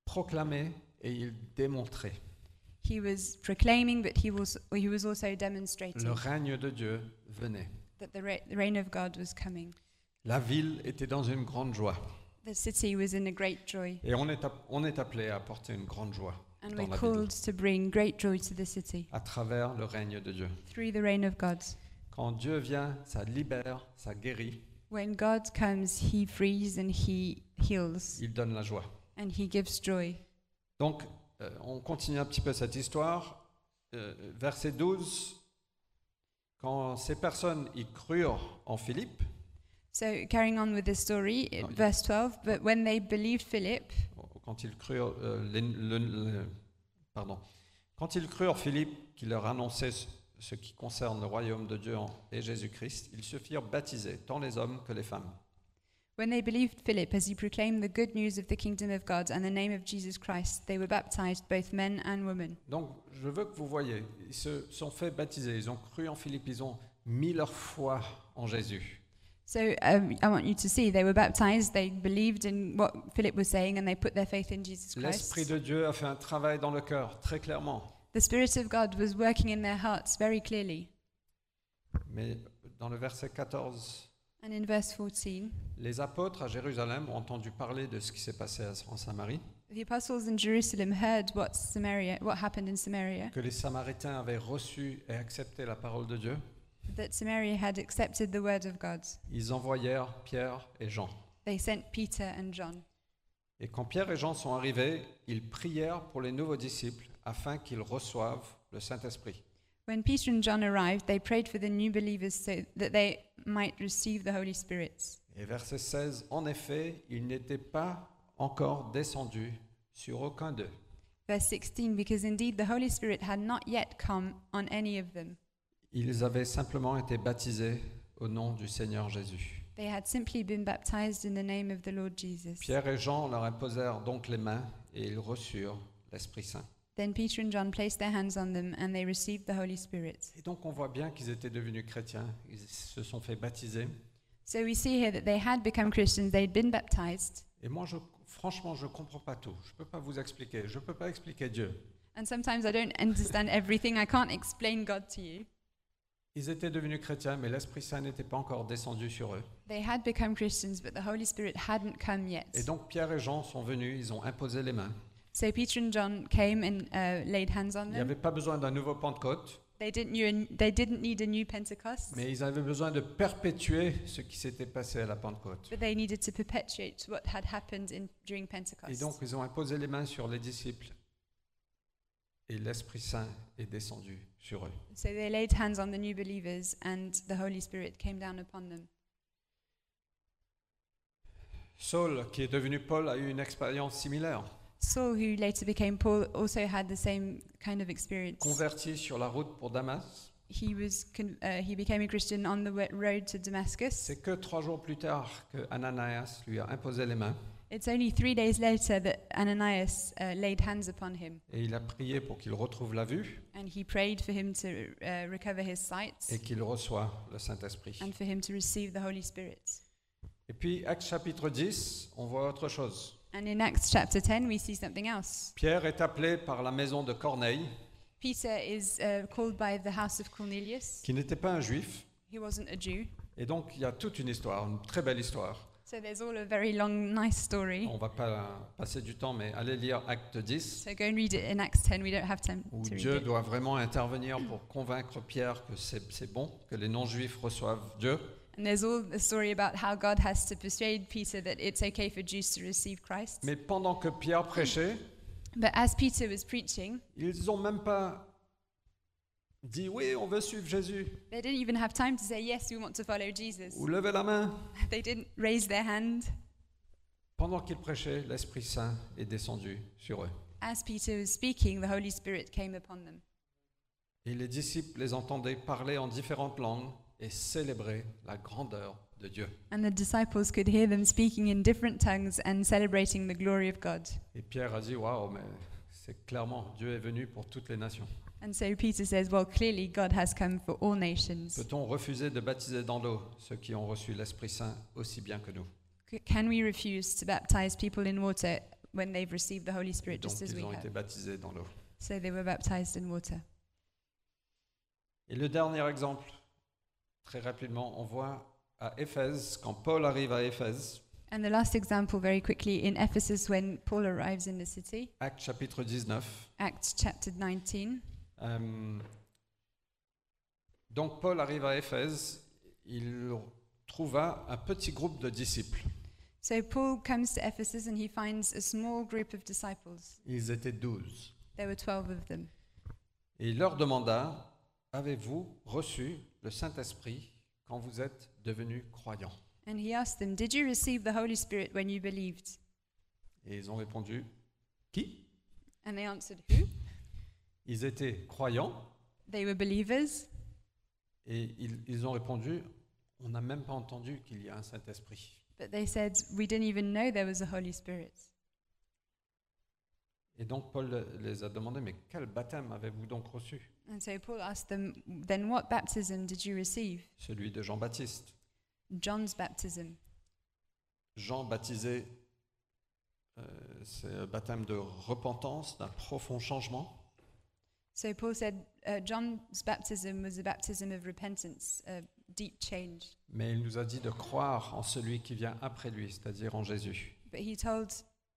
Speaker 3: proclamait et il démontrait.
Speaker 1: He was proclaiming, but he was, he was also
Speaker 3: Le
Speaker 1: demonstrating
Speaker 3: règne de Dieu venait.
Speaker 1: that the, re- the reign of God was coming.
Speaker 3: La ville était dans une grande joie.
Speaker 1: The city was in a great joy,
Speaker 3: Et on est, app- on est appelé à apporter une grande joie
Speaker 1: and
Speaker 3: dans
Speaker 1: we're
Speaker 3: la ville
Speaker 1: called to bring great joy to the city
Speaker 3: à travers le règne de Dieu.
Speaker 1: through the reign of God.
Speaker 3: Quand Dieu vient, ça libère, ça guérit,
Speaker 1: When God comes, he frees and he heals,
Speaker 3: il donne la joie.
Speaker 1: and he gives joy.
Speaker 3: Donc, euh, on continue un petit peu cette histoire. Euh, verset 12, quand ces personnes y crurent en Philippe,
Speaker 1: So carrying on with this story, i-
Speaker 3: Oh, yeah.
Speaker 1: verse 12, but when they believed Philip,
Speaker 3: quand ils crurent, euh, les- le- le- pardon, quand ils crurent Philippe qui leur annonçait ce- ce qui concerne le royaume de Dieu en- et Jésus-Christ, ils se firent baptiser, tant les hommes que les femmes.
Speaker 1: when they believed Philip as he proclaimed the good news of the kingdom of God and the name of Jesus Christ, they were baptized, both men and women.
Speaker 3: Donc, je veux que vous voyez, ils se sont fait baptiser, ils ont cru en Philippe, ils ont mis leur foi en Jésus.
Speaker 1: So um, I want you to see they were baptized, they believed in what Philip was saying, and they put their faith in Jesus
Speaker 3: L'Esprit
Speaker 1: Christ.
Speaker 3: de Dieu a fait un travail dans le cœur, très clairement.
Speaker 1: The Spirit of God was working in their hearts very clearly.
Speaker 3: Mais dans le verset 14,
Speaker 1: And in verse 14,
Speaker 3: les apôtres à Jérusalem ont entendu parler de ce qui s'est passé à- en Samarie,
Speaker 1: the apostles in Jerusalem heard what Samaria, what happened in Samaria,
Speaker 3: que les Samaritains avaient reçu et accepté la parole de Dieu.
Speaker 1: that Samaria had accepted the word of God.
Speaker 3: Ils envoyèrent Pierre et Jean.
Speaker 1: They sent Peter and John.
Speaker 3: Et quand Pierre et Jean sont arrivés, ils prièrent pour les nouveaux disciples afin qu'ils reçoivent le Saint-Esprit.
Speaker 1: When Peter and John arrived, they prayed for the new believers so that they might receive the Holy Spirit.
Speaker 3: Et verset 16, en effet, ils n'étaient pas encore descendus sur aucun d'eux.
Speaker 1: Verse 16, because indeed the Holy Spirit had not yet come on any of them.
Speaker 3: Ils avaient simplement été baptisés au nom du Seigneur Jésus.
Speaker 1: They had simply been baptized in the name of the Lord Jesus.
Speaker 3: Pierre et Jean leur imposèrent donc les mains et ils reçurent l'Esprit Saint.
Speaker 1: Then Peter and John placed their hands on them and they received the Holy Spirit.
Speaker 3: Et donc on voit bien qu'ils étaient devenus chrétiens, ils se sont fait baptiser,
Speaker 1: So we see here that they had become Christians, they'd been baptized,
Speaker 3: Et moi, je, franchement, je ne comprends pas tout. Je ne peux pas vous expliquer. Je ne peux pas expliquer Dieu.
Speaker 1: and sometimes I don't understand everything. I can't explain God to you.
Speaker 3: Ils étaient devenus chrétiens, mais l'Esprit Saint n'était pas encore descendu sur eux.
Speaker 1: They had become Christians, but the Holy Spirit hadn't come yet.
Speaker 3: Et donc Pierre et Jean sont venus, ils ont imposé les mains.
Speaker 1: So Peter and John came and uh, laid hands on
Speaker 3: Il n'y
Speaker 1: them.
Speaker 3: avait pas besoin d'un nouveau Pentecôte,
Speaker 1: They didn't, new, they didn't need a new Pentecost,
Speaker 3: mais ils avaient besoin de perpétuer ce qui s'était passé à la Pentecôte.
Speaker 1: but they needed to perpetuate what had happened in, during Pentecost.
Speaker 3: Et donc ils ont imposé les mains sur les disciples. Et l'Esprit Saint est descendu sur eux.
Speaker 1: so they laid hands on the new believers, and the Holy Spirit came down upon them.
Speaker 3: Saul, qui est devenu Paul, a eu une expérience similaire.
Speaker 1: Saul, who later became Paul, also had the same kind of experience.
Speaker 3: Converti sur la route pour Damas,
Speaker 1: He was con- uh, he became a Christian on the wa- road to Damascus.
Speaker 3: c'est que trois jours plus tard que Ananias lui a imposé les mains
Speaker 1: It's only three days later that Ananias uh, laid hands upon him,
Speaker 3: et il a prié pour qu'il retrouve la vue
Speaker 1: and he prayed for him to uh, recover his sight
Speaker 3: et qu'il reçoive le Saint-Esprit.
Speaker 1: and for him to receive the Holy Spirit.
Speaker 3: Et puis, Actes chapitre 10, on voit autre chose.
Speaker 1: And in Acts chapter 10, we see something else.
Speaker 3: Pierre est appelé par la maison de Corneille,
Speaker 1: Peter is uh, called by the house of Cornelius.
Speaker 3: qui n'était pas un juif.
Speaker 1: He wasn't a Jew.
Speaker 3: Et donc, il y a toute une histoire, une très belle histoire.
Speaker 1: So there's all a very long, nice story.
Speaker 3: On va pas passer du temps, mais allez lire Acte 10,
Speaker 1: So go and read it in Acts 10. We don't have time
Speaker 3: où
Speaker 1: to read
Speaker 3: Dieu
Speaker 1: it.
Speaker 3: doit vraiment intervenir pour convaincre Pierre que c'est c'est bon, que les non-juifs reçoivent Dieu.
Speaker 1: And there's all the story about how God has to persuade Peter that it's okay for Jews to receive Christ.
Speaker 3: Mais pendant que Pierre prêchait,
Speaker 1: But as Peter was preaching,
Speaker 3: ils n'ont même pas dit oui, on veut suivre Jésus,
Speaker 1: they didn't even have time to say, Yes, we want to follow Jesus.
Speaker 3: ou levez la main.
Speaker 1: They didn't raise their hand.
Speaker 3: Pendant qu'ils prêchaient, l'Esprit Saint est descendu sur eux.
Speaker 1: As Peter was speaking, the Holy Spirit came upon them.
Speaker 3: Et les disciples les entendaient parler en différentes langues et célébrer la grandeur de Dieu.
Speaker 1: And the disciples could hear them speaking in different tongues and celebrating the glory of God.
Speaker 3: Et Pierre a dit Waouh, mais c'est clairement, Dieu est venu pour toutes les nations.
Speaker 1: And so Peter says, Well, clearly God has come for all nations.
Speaker 3: Peut-on refuser de baptiser dans l'eau ceux qui ont reçu l'Esprit Saint aussi bien que nous
Speaker 1: C- Can we refuse to baptize people in water when they've received the Holy
Speaker 3: Et
Speaker 1: Spirit
Speaker 3: Donc,
Speaker 1: just as we
Speaker 3: ils ont été
Speaker 1: have?
Speaker 3: baptisés dans l'eau.
Speaker 1: So they were baptized in water.
Speaker 3: Et le dernier exemple, très rapidement, on voit à Éphèse, quand Paul arrive à Éphèse,
Speaker 1: And the last example, very quickly, in Ephesus, when Paul arrives in the city,
Speaker 3: Acte chapitre 19.
Speaker 1: Acts chapter 19.
Speaker 3: Euh, donc Paul arrive à Éphèse, il trouva un petit groupe de disciples.
Speaker 1: So Paul comes to Ephesus and he finds a small group of disciples.
Speaker 3: Ils étaient douze.
Speaker 1: There were 12 of them.
Speaker 3: Et il leur demanda, avez-vous reçu le Saint-Esprit quand vous êtes devenus croyants
Speaker 1: And he asked them, Did you receive the Holy Spirit when you believed?
Speaker 3: Et ils ont répondu, qui
Speaker 1: And they answered, Who?
Speaker 3: Ils étaient croyants
Speaker 1: They were believers.
Speaker 3: et ils, ils ont répondu, on n'a même pas entendu qu'il y a un Saint-Esprit.
Speaker 1: But they said, We didn't even know there was a Holy Spirit.
Speaker 3: Et donc Paul les a demandé, mais quel baptême avez-vous donc reçu
Speaker 1: And so Paul asked them, Then what baptism did you receive?
Speaker 3: Celui de Jean-Baptiste.
Speaker 1: John's baptism.
Speaker 3: Jean baptisé, euh, c'est un baptême de repentance, d'un profond changement.
Speaker 1: So Paul said, uh, John's baptism was a baptism of repentance, a deep change.
Speaker 3: Mais il nous a dit de croire en celui qui vient après lui, c'est-à-dire en Jésus.
Speaker 1: But he told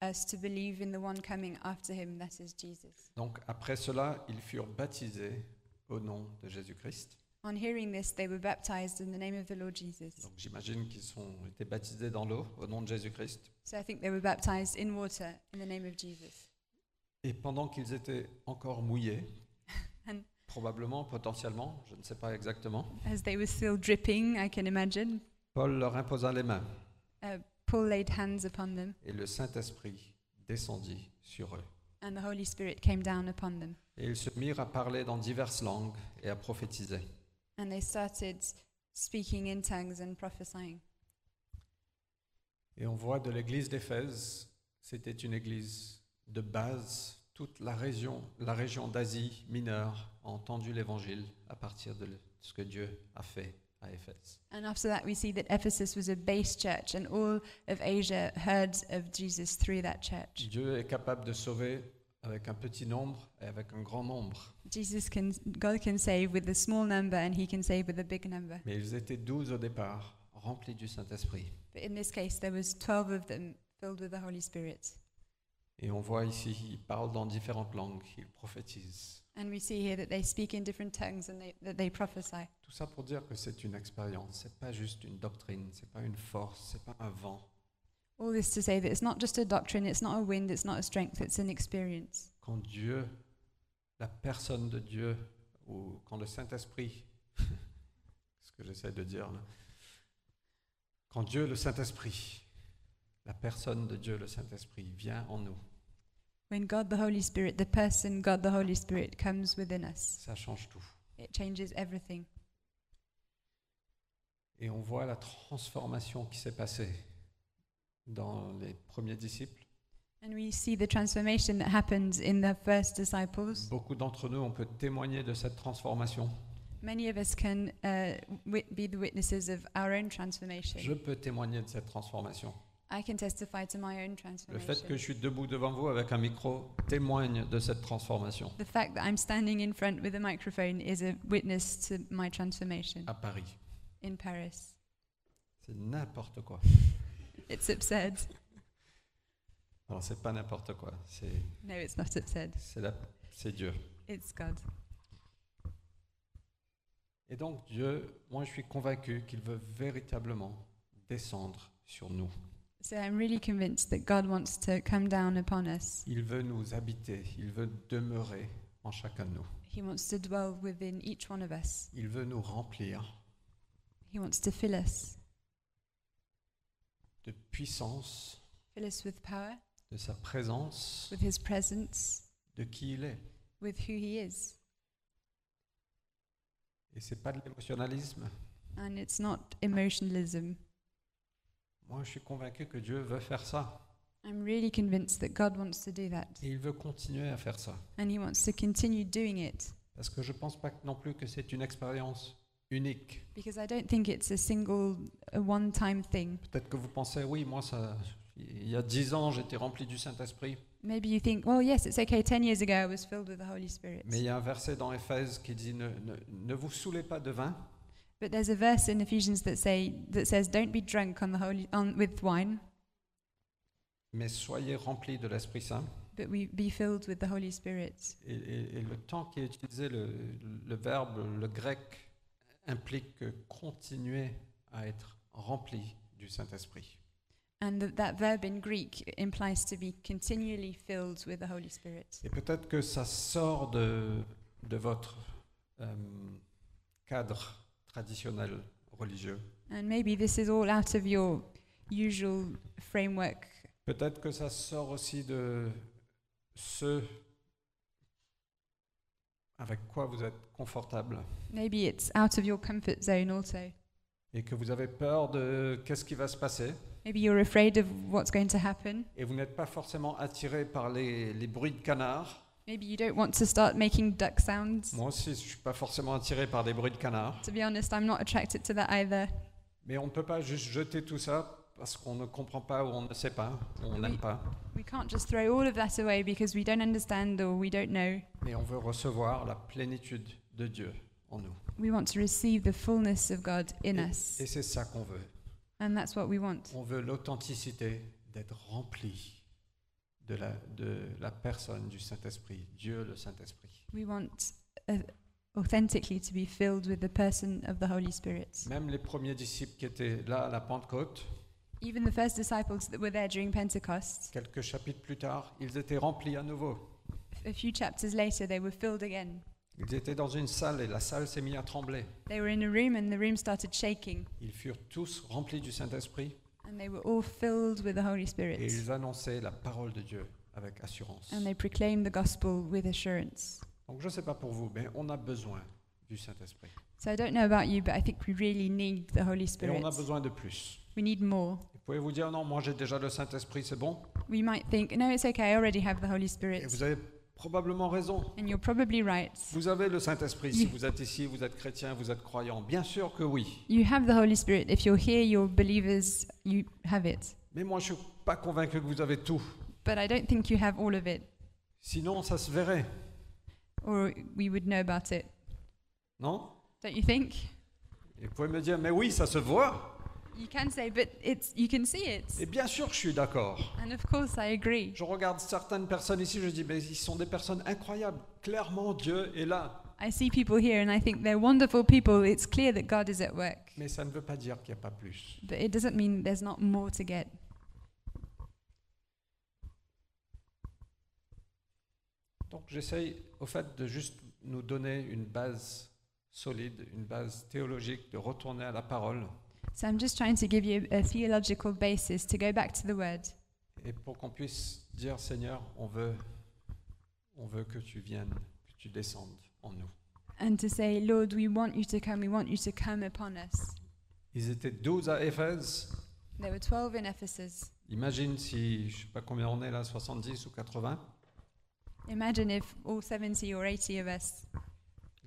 Speaker 1: us to believe in the one coming after him, that is Jesus.
Speaker 3: Donc après cela, ils furent baptisés au nom de Jésus-Christ.
Speaker 1: On hearing this, they were baptized in the name of the Lord Jesus.
Speaker 3: Donc j'imagine qu'ils ont été baptisés dans l'eau au nom de Jésus-Christ.
Speaker 1: So I think they were baptized in water in the name of Jesus.
Speaker 3: Et pendant qu'ils étaient encore mouillés,
Speaker 1: And-
Speaker 3: probablement, potentiellement, je ne sais pas exactement,
Speaker 1: As they were still dripping, I can imagine,
Speaker 3: Paul leur imposa les mains
Speaker 1: uh, Paul laid hands upon them,
Speaker 3: et le Saint-Esprit descendit sur eux.
Speaker 1: and the Holy Spirit came down upon them.
Speaker 3: Et ils se mirent à parler dans diverses langues et à prophétiser.
Speaker 1: And they started speaking in tongues and prophesying.
Speaker 3: Et on voit de l'église d'Éphèse, c'était une église de base. Toute la région, la région d'Asie mineure a entendu l'évangile à partir de ce que Dieu a fait à Éphèse.
Speaker 1: And after that, we see that Ephesus was a base church, and all of Asia heard of Jesus through that church.
Speaker 3: Dieu est capable de sauver avec un petit nombre et avec un grand nombre.
Speaker 1: Jesus can, God can save with a small number, and He can save with a big number.
Speaker 3: Mais ils étaient douze au départ, remplis du Saint-Esprit.
Speaker 1: But in this case, there was 12 of them filled with the Holy Spirit.
Speaker 3: Et on voit ici, ils parlent dans différentes langues, ils prophétisent.
Speaker 1: And we see here that they speak in different tongues and they, that they prophesy.
Speaker 3: Tout ça pour dire que c'est une expérience, c'est pas juste une doctrine, c'est pas une force, c'est pas un vent.
Speaker 1: All this to say that it's not just a doctrine, it's not a wind, it's not a strength, it's an experience.
Speaker 3: Quand Dieu, la personne de Dieu, ou quand le Saint-Esprit, ce que j'essaie de dire là, quand Dieu, le Saint-Esprit, la personne de Dieu, le Saint-Esprit, vient en nous,
Speaker 1: When God the Holy Spirit, the person God the Holy Spirit, comes within us,
Speaker 3: ça change tout.
Speaker 1: it changes everything.
Speaker 3: Et on voit la transformation qui s'est passée dans les premiers disciples.
Speaker 1: And we see the transformation that happens in the first disciples.
Speaker 3: Beaucoup d'entre nous, on peut témoigner de cette transformation.
Speaker 1: Many of us can uh, wi- be the witnesses of our own transformation.
Speaker 3: Je peux témoigner de cette transformation.
Speaker 1: I can testify to my own
Speaker 3: Le fait
Speaker 1: transformation.
Speaker 3: que je suis debout devant vous avec un micro témoigne de cette transformation
Speaker 1: The fact that I'm standing in front with a microphone is a witness to my transformation
Speaker 3: à Paris.
Speaker 1: in Paris.
Speaker 3: C'est n'importe quoi.
Speaker 1: It's absurd.
Speaker 3: Alors c'est pas n'importe quoi, c'est
Speaker 1: No, it's not absurd.
Speaker 3: c'est la- c'est Dieu.
Speaker 1: It's God.
Speaker 3: Et donc Dieu, moi je suis convaincu qu'il veut véritablement descendre sur nous.
Speaker 1: So I'm really convinced that God wants to come down upon us.
Speaker 3: Il veut nous habiter, il veut demeurer en chacun de nous.
Speaker 1: He wants to dwell within each one of us.
Speaker 3: Il veut nous remplir
Speaker 1: He wants to fill us,
Speaker 3: de puissance,
Speaker 1: fill us with power,
Speaker 3: de sa présence,
Speaker 1: with His presence,
Speaker 3: de qui il est.
Speaker 1: with who He is.
Speaker 3: Et c'est pas de l'émotionnalisme.
Speaker 1: And it's not emotionalism.
Speaker 3: Moi je suis convaincu que Dieu veut faire ça.
Speaker 1: I'm really convinced that God wants to do that,
Speaker 3: Et il veut continuer à faire ça.
Speaker 1: and He wants to continue doing it
Speaker 3: Parce que je ne pense pas non plus que c'est une expérience unique.
Speaker 1: because I don't think it's a single, a one-time thing.
Speaker 3: Peut-être que vous pensez, oui, moi, ça, il y a dix ans, j'étais rempli du Saint-Esprit.
Speaker 1: Maybe you think, well, yes, it's okay. Ten years ago, I was filled with the Holy Spirit.
Speaker 3: Mais il y a un verset dans Éphèse qui dit, ne, ne, ne vous saoulez pas de vin,
Speaker 1: But there's a verse in Ephesians that say that says, "Don't be drunk on the holy on, with wine,
Speaker 3: mais soyez remplis de l'Esprit Saint.
Speaker 1: but we be filled with the Holy Spirit."
Speaker 3: Et, et- et le temps qui est utilisé, le, le verbe, le grec, implique que continuer à être rempli du Saint-Esprit.
Speaker 1: And th- that verb in Greek implies to be continually filled with the Holy Spirit.
Speaker 3: Et peut-être que ça sort de, de votre euh, cadre traditionnel religieux.
Speaker 1: And maybe this is all out of your usual framework.
Speaker 3: Peut-être que ça sort aussi de ce avec quoi vous êtes confortable
Speaker 1: Maybe it's out of your comfort zone also.
Speaker 3: et que vous avez peur de qu'est-ce qui va se passer
Speaker 1: Maybe you're afraid of what's going to happen.
Speaker 3: et vous n'êtes pas forcément attiré par les, les bruits de canards.
Speaker 1: Maybe you don't want to start making duck sounds.
Speaker 3: Moi aussi, je ne suis pas forcément attiré par des bruits de canards.
Speaker 1: To be honest, I'm not attracted to that either.
Speaker 3: Mais on ne peut pas juste jeter tout ça parce qu'on ne comprend pas ou on ne sait pas, ou on
Speaker 1: Oui.
Speaker 3: n'aime pas.
Speaker 1: We can't just throw all of that away because we don't understand or we don't know.
Speaker 3: Mais on veut recevoir la plénitude de Dieu en nous.
Speaker 1: We want to receive the fullness of God in
Speaker 3: Et-
Speaker 1: us,
Speaker 3: Et c'est ça qu'on veut.
Speaker 1: and that's what we want.
Speaker 3: On veut l'authenticité d'être rempli de la, de la personne du Saint-Esprit, Dieu le Saint-Esprit.
Speaker 1: We want uh, authentically to be filled with the person of the Holy Spirit.
Speaker 3: Même les premiers disciples qui étaient là à la Pentecôte,
Speaker 1: Even the first disciples that were there during Pentecost,
Speaker 3: quelques chapitres plus tard, ils étaient remplis à nouveau.
Speaker 1: a few chapters later, they were filled again.
Speaker 3: Ils étaient dans une salle et la salle s'est mise à trembler.
Speaker 1: They were in a room, and the room started shaking,
Speaker 3: Ils furent tous remplis du Saint-Esprit
Speaker 1: and they were all filled with the Holy
Speaker 3: et
Speaker 1: Spirit,
Speaker 3: ils annonçaient la parole de Dieu avec assurance.
Speaker 1: and they proclaimed the gospel with assurance.
Speaker 3: Donc je ne sais pas pour vous, mais on a besoin du Saint-Esprit.
Speaker 1: So I don't know about you, but I think we really need the Holy
Speaker 3: Et
Speaker 1: Spirit.
Speaker 3: on a besoin de plus.
Speaker 1: We need more.
Speaker 3: Vous pouvez vous dire, non, moi j'ai déjà le Saint-Esprit, c'est bon.
Speaker 1: We might think, no, it's okay, I already have the Holy
Speaker 3: Et
Speaker 1: Spirit.
Speaker 3: vous avez probablement raison.
Speaker 1: And you're probably right.
Speaker 3: Vous avez le Saint-Esprit si vous êtes ici, vous êtes chrétien, vous êtes croyant. Bien sûr que oui.
Speaker 1: You have the Holy Spirit. If you're here, you're believers, you have it.
Speaker 3: Mais moi, je ne suis pas convaincu que vous avez tout.
Speaker 1: But I don't think you have all of it,
Speaker 3: Sinon, ça se verrait,
Speaker 1: or we would know about it.
Speaker 3: non
Speaker 1: Don't you think?
Speaker 3: Et vous pouvez me dire, mais oui, ça se voit.
Speaker 1: You can say, but it's you can see it.
Speaker 3: Et bien sûr que je suis d'accord.
Speaker 1: And of course, I agree.
Speaker 3: Je regarde certaines personnes ici, je dis, mais ils sont des personnes incroyables. Clairement, Dieu est là.
Speaker 1: I see people here and I think they're wonderful people. It's clear that God is at work,
Speaker 3: Mais ça ne veut pas dire qu'il n'y a pas plus.
Speaker 1: but it doesn't mean there's not more to get.
Speaker 3: Donc j'essaye au fait de juste nous donner une base solide, une base théologique, de retourner à la parole.
Speaker 1: So I'm just trying to give you a theological basis to go back to the word
Speaker 3: Et pour qu'on puisse dire, Seigneur, on veut, on veut que tu viennes, que tu descendes en nous.
Speaker 1: and to say, Lord, we want you to come. We want you to come upon us.
Speaker 3: Ils étaient 12 à Éphèse.
Speaker 1: There were 12 in Ephesus.
Speaker 3: Imagine si, je ne sais pas combien on est là, 70 ou 80,
Speaker 1: Imagine if all 70 or 80 of us,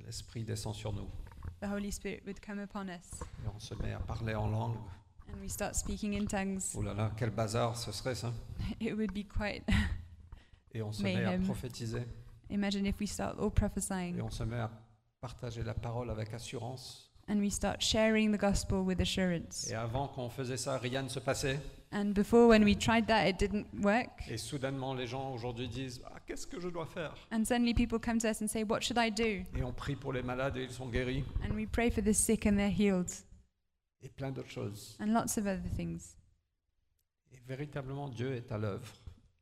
Speaker 3: l'Esprit descend sur nous.
Speaker 1: the Holy Spirit would come upon us
Speaker 3: Et on se met à parler en langue.
Speaker 1: and we start speaking in tongues.
Speaker 3: Oh là là, quel bazar ce serait ça.
Speaker 1: It would be quite.
Speaker 3: Et on se met à
Speaker 1: Mayhem.
Speaker 3: prophétiser.
Speaker 1: Imagine if we start all prophesying
Speaker 3: Et on se met à partager la parole avec assurance.
Speaker 1: and we start sharing the gospel with assurance.
Speaker 3: Et avant qu'on faisait ça, rien ne se passait.
Speaker 1: And before, when we tried that, it didn't work.
Speaker 3: Et soudainement, les gens aujourd'hui disent Ah, Qu'est-ce que je dois faire
Speaker 1: And suddenly people come to us and say, What should I do?
Speaker 3: Et on prie pour les malades et ils sont guéris.
Speaker 1: And we pray for the sick and they're healed,
Speaker 3: Et plein d'autres choses.
Speaker 1: and lots of other things.
Speaker 3: Et véritablement, Dieu est à l'œuvre.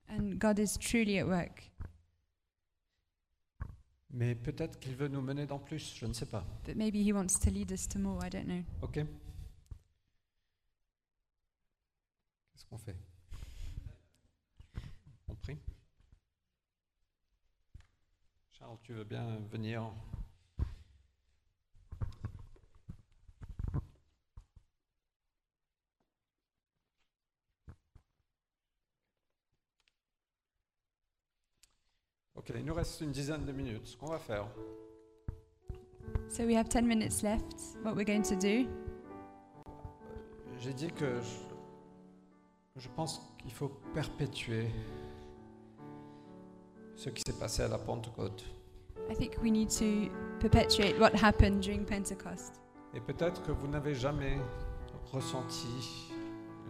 Speaker 1: And God is truly at work.
Speaker 3: Mais peut-être qu'il veut nous mener dans plus, je ne sais pas.
Speaker 1: But maybe He wants to lead us to more, I don't know.
Speaker 3: Ok Qu'est-ce qu'on fait On prie Charles, tu veux bien venir Ok, il nous reste une dizaine de minutes. Ce qu'on va faire,
Speaker 1: So we have 10 minutes left. What we're going to do,
Speaker 3: J'ai dit que je, je pense qu'il faut perpétuer ce qui s'est passé à la Pentecôte.
Speaker 1: I think we need to perpetuate what happened during Pentecost.
Speaker 3: Et peut-être que vous n'avez jamais ressenti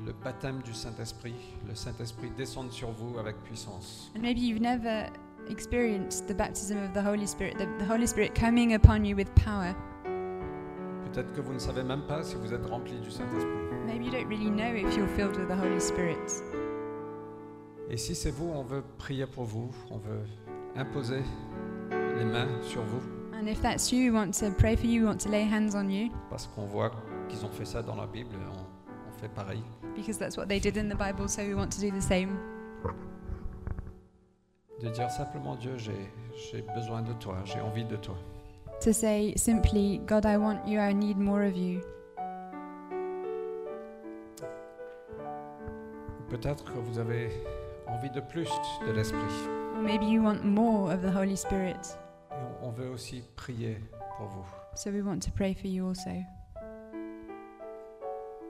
Speaker 3: le baptême du Saint-Esprit, le Saint-Esprit descendre sur vous avec puissance.
Speaker 1: And maybe you've never experienced the baptism of the Holy Spirit, the, the Holy Spirit coming upon you with power.
Speaker 3: Peut-être que vous ne savez même pas si vous êtes rempli du Saint-Esprit.
Speaker 1: Maybe you don't really know if you're filled with the Holy Spirit.
Speaker 3: Et si c'est vous, on veut prier pour vous, on veut imposer les mains sur vous,
Speaker 1: And if that's you, we want to pray for you, we want to lay hands on you,
Speaker 3: parce qu'on voit qu'ils ont fait ça dans la Bible, et on- on fait pareil.
Speaker 1: because that's what they did in the Bible, so we want to do the same.
Speaker 3: de dire simplement Dieu, j'ai j'ai besoin de toi, j'ai envie de toi.
Speaker 1: To say simply, God, I want you, I need more of you.
Speaker 3: Peut-être que vous avez envie de plus de l'esprit.
Speaker 1: Or maybe you want more of the Holy Spirit,
Speaker 3: Et on, on veut aussi prier pour vous.
Speaker 1: so we want to pray for you also.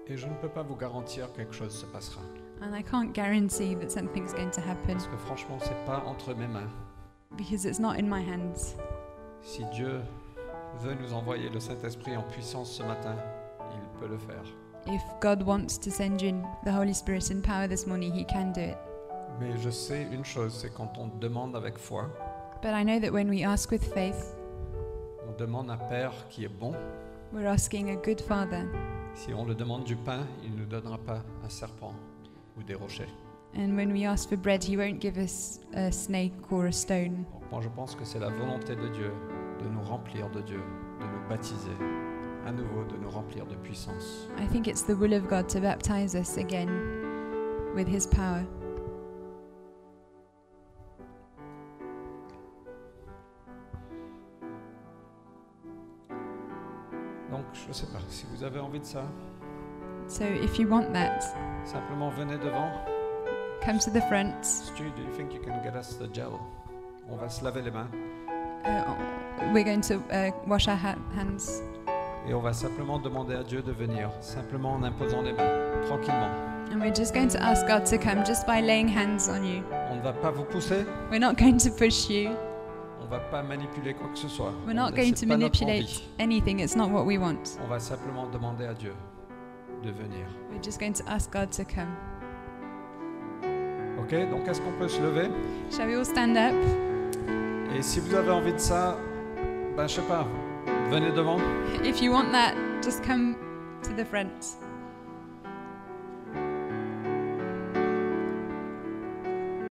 Speaker 3: Et je ne peux pas vous garantir que quelque chose se passera
Speaker 1: And I can't guarantee that something's going to happen
Speaker 3: parce que franchement, c'est pas entre mes mains.
Speaker 1: because it's not in my hands.
Speaker 3: Si Dieu veut nous envoyer le Saint-Esprit en puissance ce matin, il peut le faire.
Speaker 1: If God wants to send you in the Holy Spirit in power this morning, He can do it.
Speaker 3: Mais je sais une chose, c'est quand on demande avec foi,
Speaker 1: But I know that when we ask with faith,
Speaker 3: on demande un Père qui est bon.
Speaker 1: we're asking a good Father.
Speaker 3: Si on le demande du pain, il ne nous donnera pas un serpent ou des rochers.
Speaker 1: And when we ask for bread, He won't give us a snake or a stone.
Speaker 3: Donc moi je pense que c'est la volonté de Dieu de nous remplir de Dieu, de nous baptiser, à nouveau de nous remplir de puissance.
Speaker 1: I think it's the will of God to baptize us again with His power.
Speaker 3: Donc je sais pas, si vous avez envie de ça,
Speaker 1: So if you want that,
Speaker 3: simplement venez devant.
Speaker 1: come to the front.
Speaker 3: Stu, do you think you can get us the gel? On va se laver les mains
Speaker 1: Uh, we're going to uh, wash our ha- hands
Speaker 3: et on va simplement demander à Dieu de venir, simplement en imposant les mains, tranquillement.
Speaker 1: and we're just going to ask God to come just by laying hands on you.
Speaker 3: On ne va pas vous pousser,
Speaker 1: We're not going to push you.
Speaker 3: on ne va pas manipuler quoi que ce soit.
Speaker 1: We're not
Speaker 3: On-
Speaker 1: going
Speaker 3: c'est
Speaker 1: to
Speaker 3: pas notre
Speaker 1: manipulate
Speaker 3: envie.
Speaker 1: anything. It's not what we want.
Speaker 3: On va simplement demander à Dieu de venir.
Speaker 1: We're just going to ask God to come.
Speaker 3: Ok, donc est-ce qu'on peut se lever
Speaker 1: Shall we all stand up?
Speaker 3: Et si vous avez envie de ça, ben je sais pas, venez devant.
Speaker 1: If you want that, just come to the front.